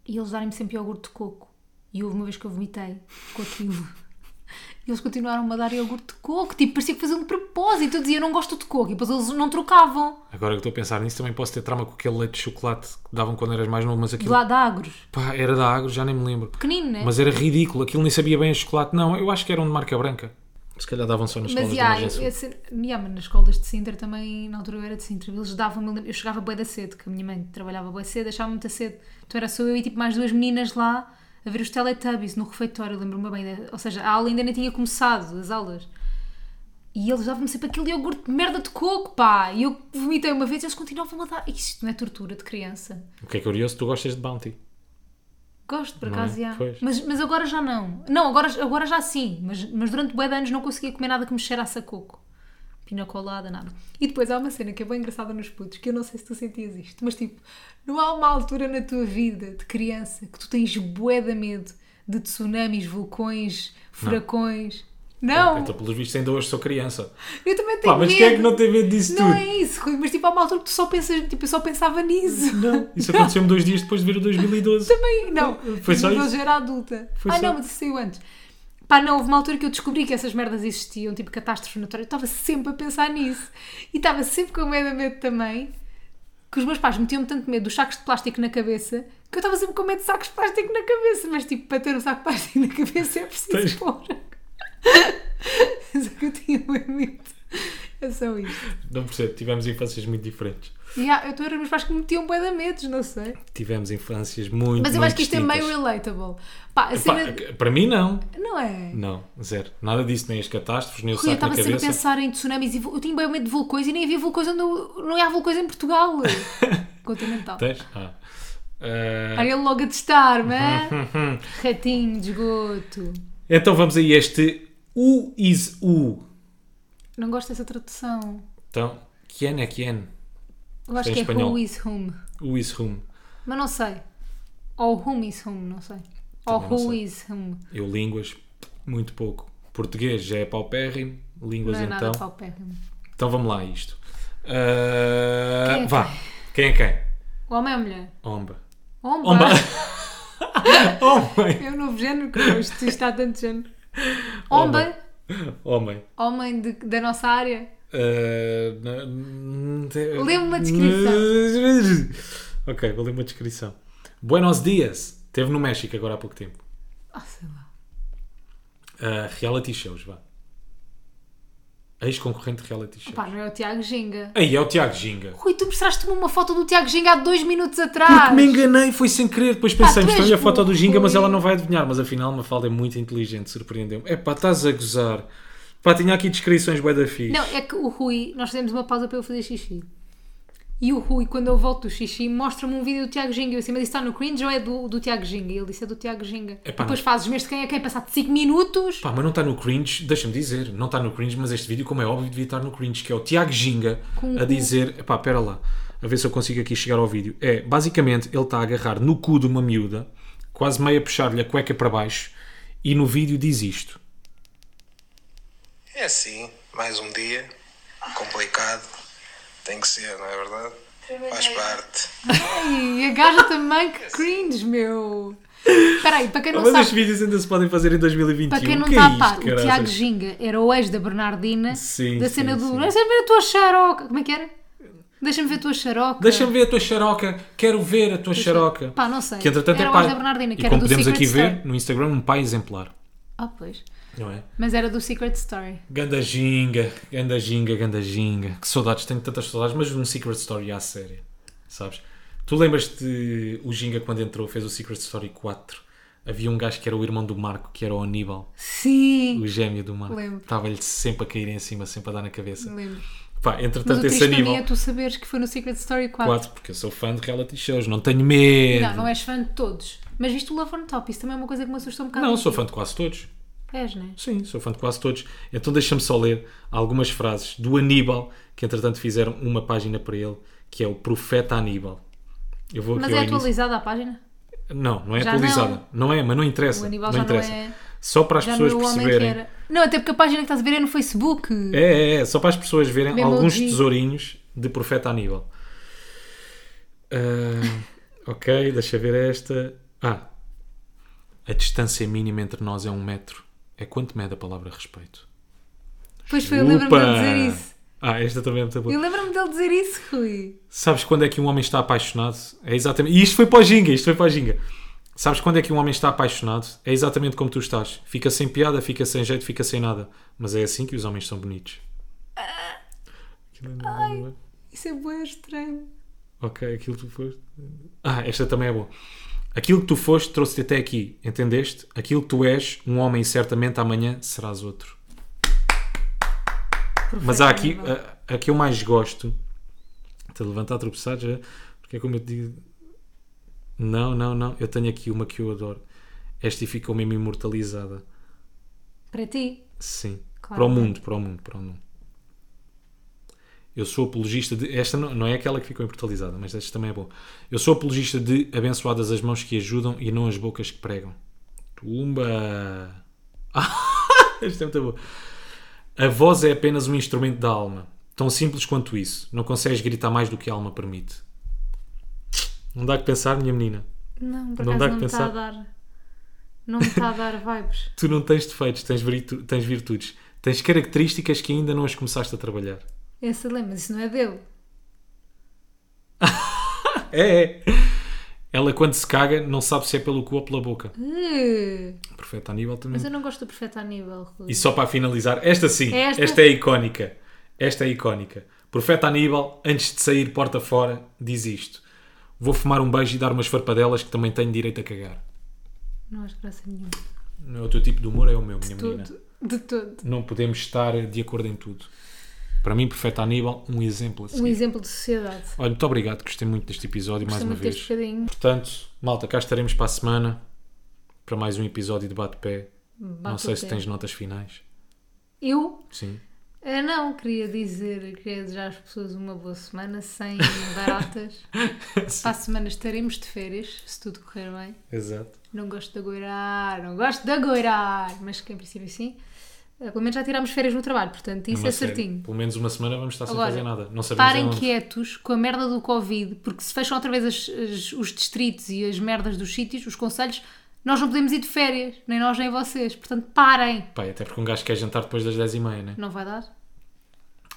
Speaker 1: e eles darem-me sempre iogurte de coco. E houve uma vez que eu vomitei com aquilo. E eles continuaram a dar iogurte de coco, tipo, parecia que faziam de propósito. Eu dizia, eu não gosto de coco, e depois eles não trocavam.
Speaker 2: Agora que estou a pensar nisso, também posso ter trauma com aquele leite de chocolate que davam quando eras mais novo, mas
Speaker 1: De
Speaker 2: aquilo.
Speaker 1: lá de agros.
Speaker 2: Pá, era da Agro, já nem me lembro.
Speaker 1: pequenino, né? Mas,
Speaker 2: Mas era ridículo, aquilo nem sabia bem a chocolate. Não, eu acho que eram de marca branca. Se calhar davam só nas escolas
Speaker 1: mas,
Speaker 2: de
Speaker 1: yeah,
Speaker 2: emergência.
Speaker 1: esse, yeah, mas nas escolas de Sintra também, na altura eu era de Sintra, eles davam, eu lembro- eu chegava bem da cedo, que a minha mãe trabalhava bem cedo, deixava-me muito cedo. Então era só eu e tipo mais duas meninas lá a ver os Teletubbies no refeitório, eu lembro-me bem. da- Ou seja, a aula ainda nem tinha começado, as aulas. E eles davam-me sempre aquele iogurte de merda de coco, pá! E eu vomitei uma vez e eles continuavam a dar. Isto não é tortura de criança.
Speaker 2: O que é curioso, tu gostas de Bounty.
Speaker 1: Gosto, por
Speaker 2: Não
Speaker 1: acaso,
Speaker 2: é?
Speaker 1: já.
Speaker 2: Pois.
Speaker 1: Mas, mas agora já não. Não, agora, agora já sim. Mas, mas durante bué de anos não conseguia comer nada que me cheirasse a coco. Pina colada, nada. E depois há uma cena que é bem engraçada nos putos, que eu não sei se tu sentias isto, mas tipo, não há uma altura na tua vida de criança que tu tens bué de medo de tsunamis, vulcões, furacões. Não!
Speaker 2: Então, pelos vistos, ainda hoje sou criança.
Speaker 1: Eu também tenho
Speaker 2: Pá, mas
Speaker 1: medo.
Speaker 2: quem é que não tem medo disso
Speaker 1: Não
Speaker 2: tudo?
Speaker 1: é isso, Rui, mas tipo, há uma altura que tu só pensas, tipo, eu só pensava nisso.
Speaker 2: Não, isso aconteceu-me dois dias depois de ver o 2012.
Speaker 1: Também, não.
Speaker 2: Foi só
Speaker 1: Mas
Speaker 2: isso?
Speaker 1: eu era adulta.
Speaker 2: Foi
Speaker 1: ah,
Speaker 2: só-
Speaker 1: não, mas isso saiu antes. Pá, não, houve uma altura que eu descobri que essas merdas existiam, tipo catástrofes naturais. Eu estava sempre a pensar nisso. E estava sempre com medo a medo também. Que os meus pais metiam-me tanto medo dos sacos de plástico na cabeça que eu estava sempre com medo de sacos de plástico na cabeça. Mas, tipo, para ter um saco de plástico na cabeça é preciso
Speaker 2: Tens-
Speaker 1: pôr. Só que eu tinha bué medo. É só isto.
Speaker 2: Não percebo, tivemos infâncias muito diferentes.
Speaker 1: E ah, eu estou a ver os meus pais que me metiam bué de medos, não sei.
Speaker 2: Tivemos infâncias muito,
Speaker 1: Mas eu
Speaker 2: muito
Speaker 1: acho que isto é meio
Speaker 2: distintas. é
Speaker 1: relatable. Pá, a
Speaker 2: Pá,
Speaker 1: cena.
Speaker 2: para mim, não.
Speaker 1: Não é?
Speaker 2: Não, zero. Nada disso, nem as catástrofes, nem o
Speaker 1: Rui, eu
Speaker 2: saco
Speaker 1: estava
Speaker 2: na
Speaker 1: sempre a
Speaker 2: cabeça.
Speaker 1: pensar em tsunamis e vul- eu tinha bem medo de vulcões e nem havia vulcões onde eu- não há vulcões em
Speaker 2: *laughs*
Speaker 1: Portugal continental.
Speaker 2: Tens? Ah. Ah,
Speaker 1: Para ele logo a testar,
Speaker 2: *laughs*
Speaker 1: mas ratinho de esgoto.
Speaker 2: Então vamos aí a este U is U.
Speaker 1: Não gosto dessa tradução.
Speaker 2: Então, quien é quien?
Speaker 1: Eu acho
Speaker 2: Em
Speaker 1: que é
Speaker 2: espanhol.
Speaker 1: who is whom,
Speaker 2: Who is whom?
Speaker 1: mas não sei. Ou whom is whom, não sei. Ou
Speaker 2: Também não
Speaker 1: who
Speaker 2: sei.
Speaker 1: is whom.
Speaker 2: Eu línguas, muito pouco. Português já é paupérrimo,
Speaker 1: Não
Speaker 2: línguas
Speaker 1: é nada
Speaker 2: então.
Speaker 1: paupérrimo. é
Speaker 2: Então vamos lá a isto. Ah,
Speaker 1: Quem é
Speaker 2: vá. Quem é quem?
Speaker 1: O homem é mulher.
Speaker 2: Omba.
Speaker 1: Homem.
Speaker 2: Omba. *laughs* Homem.
Speaker 1: É um novo género que eu gosto. Isto há tanto género.
Speaker 2: Homem.
Speaker 1: Homem.
Speaker 2: Homem.
Speaker 1: Homem de- da nossa área.
Speaker 2: Ah, na- n- te-
Speaker 1: Lê uma descrição.
Speaker 2: *laughs* ok, vou ler uma descrição. Buenos dias. Teve no México agora há pouco tempo.
Speaker 1: Ah, sei lá.
Speaker 2: Ah, reality shows, vá. Ex-concorrente de reality show.
Speaker 1: Pá, não é o Tiago Ginga.
Speaker 2: Aí é o Tiago Ginga.
Speaker 1: Rui, tu mostraste-me uma foto do Tiago Ginga há dois minutos atrás.
Speaker 2: Me enganei, foi sem querer. Depois
Speaker 1: Ah,
Speaker 2: pensei,
Speaker 1: tu
Speaker 2: mostrei
Speaker 1: és
Speaker 2: a foto do
Speaker 1: burro,
Speaker 2: Ginga, mas
Speaker 1: Rui.
Speaker 2: ela não vai adivinhar. Mas afinal, uma falda é muito inteligente, surpreendeu-me. Epá, estás a gozar. Pá, tinha aqui descrições bué da fixe.
Speaker 1: Não, é que o Rui, nós fizemos uma pausa para eu fazer xixi. E o Rui, quando eu volto do xixi, mostra-me um vídeo do Tiago Ginga. Eu assim, mas isso está no cringe ou é do, do Tiago Ginga? E ele disse, é do Tiago Ginga.
Speaker 2: Epá,
Speaker 1: Depois
Speaker 2: não.
Speaker 1: fazes mês de quem é quem, passado 5 minutos.
Speaker 2: Pá, mas não está no cringe, deixa-me dizer, não está no cringe, mas este vídeo, como é óbvio, devia estar no cringe, que é o Tiago Ginga
Speaker 1: Com o cu.
Speaker 2: a dizer, pá, pera lá, a ver se eu consigo aqui chegar ao vídeo. É, basicamente, ele está a agarrar no cu de uma miúda, quase meio a puxar-lhe a cueca para baixo, e no vídeo diz isto.
Speaker 4: É assim, mais um dia, complicado, tem que ser, não é verdade? Faz parte.
Speaker 1: Ai, a gaja também,
Speaker 2: *laughs*
Speaker 1: que cringe, meu. Espera aí, para quem não
Speaker 2: mas
Speaker 1: sabe,
Speaker 2: estes vídeos ainda se podem fazer em 2021.
Speaker 1: para quem não
Speaker 2: que
Speaker 1: está
Speaker 2: é
Speaker 1: a par,
Speaker 2: isto,
Speaker 1: o
Speaker 2: caraças?
Speaker 1: Tiago Ginga era o ex da Bernardina,
Speaker 2: Sim,
Speaker 1: da cena
Speaker 2: sim,
Speaker 1: do...
Speaker 2: sim.
Speaker 1: Deixa-me ver a tua xaroca. Como é que era? Deixa-me ver a tua xaroca.
Speaker 2: Deixa-me ver a tua xaroca, quero ver a tua xaroca.
Speaker 1: Pá, não sei.
Speaker 2: Que entretanto
Speaker 1: Era
Speaker 2: é
Speaker 1: o
Speaker 2: pai.
Speaker 1: Anjo da Bernardina, que
Speaker 2: e
Speaker 1: era
Speaker 2: como
Speaker 1: do
Speaker 2: podemos
Speaker 1: Secret
Speaker 2: aqui ver,
Speaker 1: Star.
Speaker 2: no Instagram, um pai exemplar,
Speaker 1: Ah, pois.
Speaker 2: não é?
Speaker 1: Mas era do Secret Story.
Speaker 2: Ganda ginga, ganda ginga, ganda ginga. Que saudades, tenho tantas saudades, mas um Secret Story à séria, sabes? Tu lembras-te o Ginga quando entrou, fez o Secret Story 4? Havia um gajo que era o irmão do Marco, que era o Aníbal,
Speaker 1: Sim!
Speaker 2: o gêmeo do Marco.
Speaker 1: Lembro.
Speaker 2: Estava-lhe sempre a cair em cima, sempre a dar na cabeça.
Speaker 1: Lembro.
Speaker 2: Pá,
Speaker 1: Mas
Speaker 2: entretanto,
Speaker 1: o triste
Speaker 2: esse
Speaker 1: para mim é
Speaker 2: Aníbal.
Speaker 1: tu saberes que foi no Secret Story 4.
Speaker 2: 4, porque eu sou fã de reality shows, não tenho medo.
Speaker 1: Não, não és fã de todos. Mas viste o Love on Top, isso também é uma coisa que me assusta um bocado.
Speaker 2: Não, sou fã de quase todos.
Speaker 1: És, né?
Speaker 2: Sim, sou fã de quase todos. Então deixa-me só ler algumas frases do Aníbal, que entretanto fizeram uma página para ele, que é o Profeta Aníbal. Eu vou
Speaker 1: Mas
Speaker 2: aqui
Speaker 1: é
Speaker 2: ao início.
Speaker 1: atualizada a página?
Speaker 2: Não, não é
Speaker 1: Já
Speaker 2: atualizada. Não. é, mas não interessa.
Speaker 1: O Aníbal
Speaker 2: não
Speaker 1: já não
Speaker 2: interessa.
Speaker 1: é-
Speaker 2: Só para as
Speaker 1: Já não
Speaker 2: pessoas
Speaker 1: é o homem que
Speaker 2: perceberem.
Speaker 1: era. Não, até porque a página que estás a ver é no Facebook.
Speaker 2: É, é, é, só para as pessoas verem
Speaker 1: Mesmo assim.
Speaker 2: alguns
Speaker 1: ouvi.
Speaker 2: tesourinhos de Profeta Aníbal. Ah, ok, deixa ver esta. Ah, a distância mínima entre nós é um metro. É quanto mede a palavra respeito?
Speaker 1: Pois foi, eu lembro-me dele
Speaker 2: Upa!
Speaker 1: dizer isso.
Speaker 2: Ah, esta também é muito boa.
Speaker 1: Eu lembro-me dele dizer isso, Rui.
Speaker 2: Sabes quando é que um homem está apaixonado? É exatamente. E isto foi para o Ginga, isto foi para o Ginga. Sabes quando é que um homem está apaixonado? É exatamente como tu estás. Fica sem piada, fica sem jeito, fica sem nada. Mas é assim que os homens são bonitos. é
Speaker 1: Isso é bué estranho.
Speaker 2: Ok, aquilo que tu foste. Ah, esta também é boa. Aquilo que tu foste trouxe-te até aqui, entendeste? Aquilo que tu és, um homem, e certamente amanhã serás outro. Mas há aqui,
Speaker 1: Perfeito,
Speaker 2: a, a que eu mais gosto. Te levantar a tropeçar já. Porque é como eu te digo. Não, não, não. Eu tenho aqui uma que eu adoro. Esta e ficou mesmo imortalizada.
Speaker 1: Para ti.
Speaker 2: Sim.
Speaker 1: Claro.
Speaker 2: Para o mundo, para o mundo, para o mundo. Eu sou apologista de. Esta não, não é aquela que ficou imortalizada, mas esta também é boa. Eu sou apologista de abençoadas as mãos que ajudam e não as bocas que pregam. Tumba! *laughs* esta é muito boa. A voz é apenas um instrumento da alma. Tão simples quanto isso. Não consegues gritar mais do que a alma permite. Não dá que pensar, minha menina.
Speaker 1: Não, por
Speaker 2: Não
Speaker 1: acaso
Speaker 2: dá
Speaker 1: não
Speaker 2: que
Speaker 1: me está a
Speaker 2: pensar.
Speaker 1: dar. Não me está a dar vibes.
Speaker 2: Tu não tens defeitos, tens, virtu- tens virtudes. Tens características que ainda não as começaste a trabalhar.
Speaker 1: Esse lembro, mas isso não é dele.
Speaker 2: É, é. Ela quando se caga não sabe se é pelo cu ou pela boca.
Speaker 1: Uh,
Speaker 2: Perfeito Aníbal também.
Speaker 1: mas eu não gosto do perfeito Aníbal, Rui.
Speaker 2: E só para finalizar, esta sim,
Speaker 1: Esta?
Speaker 2: esta, é icónica. Esta é icónica. Profeta Aníbal, antes de sair porta fora, diz isto: Vou fumar um beijo e dar umas farpadelas que também tenho direito a cagar.
Speaker 1: Não acho graça nenhuma.
Speaker 2: Não é o teu tipo de humor, é o meu, minha menina.
Speaker 1: Tudo. De todo.
Speaker 2: Não podemos estar de acordo em tudo. Para mim, Profeta Aníbal, um exemplo a seguir.
Speaker 1: Um exemplo de sociedade.
Speaker 2: Olha, muito obrigado, gostei muito deste episódio mais
Speaker 1: Gostei
Speaker 2: uma
Speaker 1: muito
Speaker 2: vez.
Speaker 1: deste bocadinho.
Speaker 2: Portanto, malta, cá estaremos para a semana para mais um episódio de Bate-Pé. Não sei se
Speaker 1: Batuta.
Speaker 2: tens notas finais.
Speaker 1: Eu *laughs*
Speaker 2: Sim.
Speaker 1: Ah, não, queria dizer, queria desejar às pessoas uma boa semana
Speaker 2: *laughs*
Speaker 1: sem baratas. Para a semana estaremos de férias, se tudo correr bem.
Speaker 2: Exato.
Speaker 1: Não gosto de agoirar, não gosto de agoirar, mas que em princípio sim. Ah, Pelo menos já tirámos férias no trabalho, portanto isso
Speaker 2: Uma
Speaker 1: é
Speaker 2: série.
Speaker 1: certinho.
Speaker 2: Pelo menos uma semana vamos estar sem
Speaker 1: Agora,
Speaker 2: fazer nada. Não sabemos
Speaker 1: Parem é-
Speaker 2: aonde.
Speaker 1: quietos com a merda do Covid, porque se fecham outra vez as- as- os distritos e as merdas dos sítios, os conselhos, nós não podemos ir de férias, nem nós nem vocês. Portanto, parem.
Speaker 2: Pá, até porque um gajo quer jantar depois das 10h30, né?
Speaker 1: Não vai dar?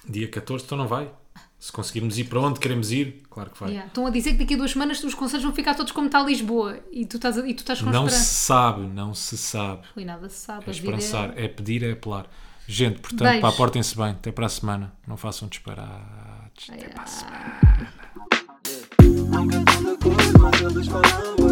Speaker 2: Dia 14, então não vai. Se conseguirmos ir para onde queremos ir, claro que vai.
Speaker 1: Yeah. Estão a dizer que daqui a duas semanas os conselhos vão ficar todos como está Lisboa e tu estás, a- e tu estás com
Speaker 2: Não se
Speaker 1: esperança.
Speaker 2: sabe, não se sabe.
Speaker 1: Rui, nada se sabe.
Speaker 2: É
Speaker 1: a vida é-
Speaker 2: esperançar, é pedir, é apelar. Gente, portanto,
Speaker 1: Beijo.
Speaker 2: pá, portem-se bem. Até para a semana. Não façam disparates. Até para a semana.
Speaker 3: Nunca tanta coisa, mas eles falavam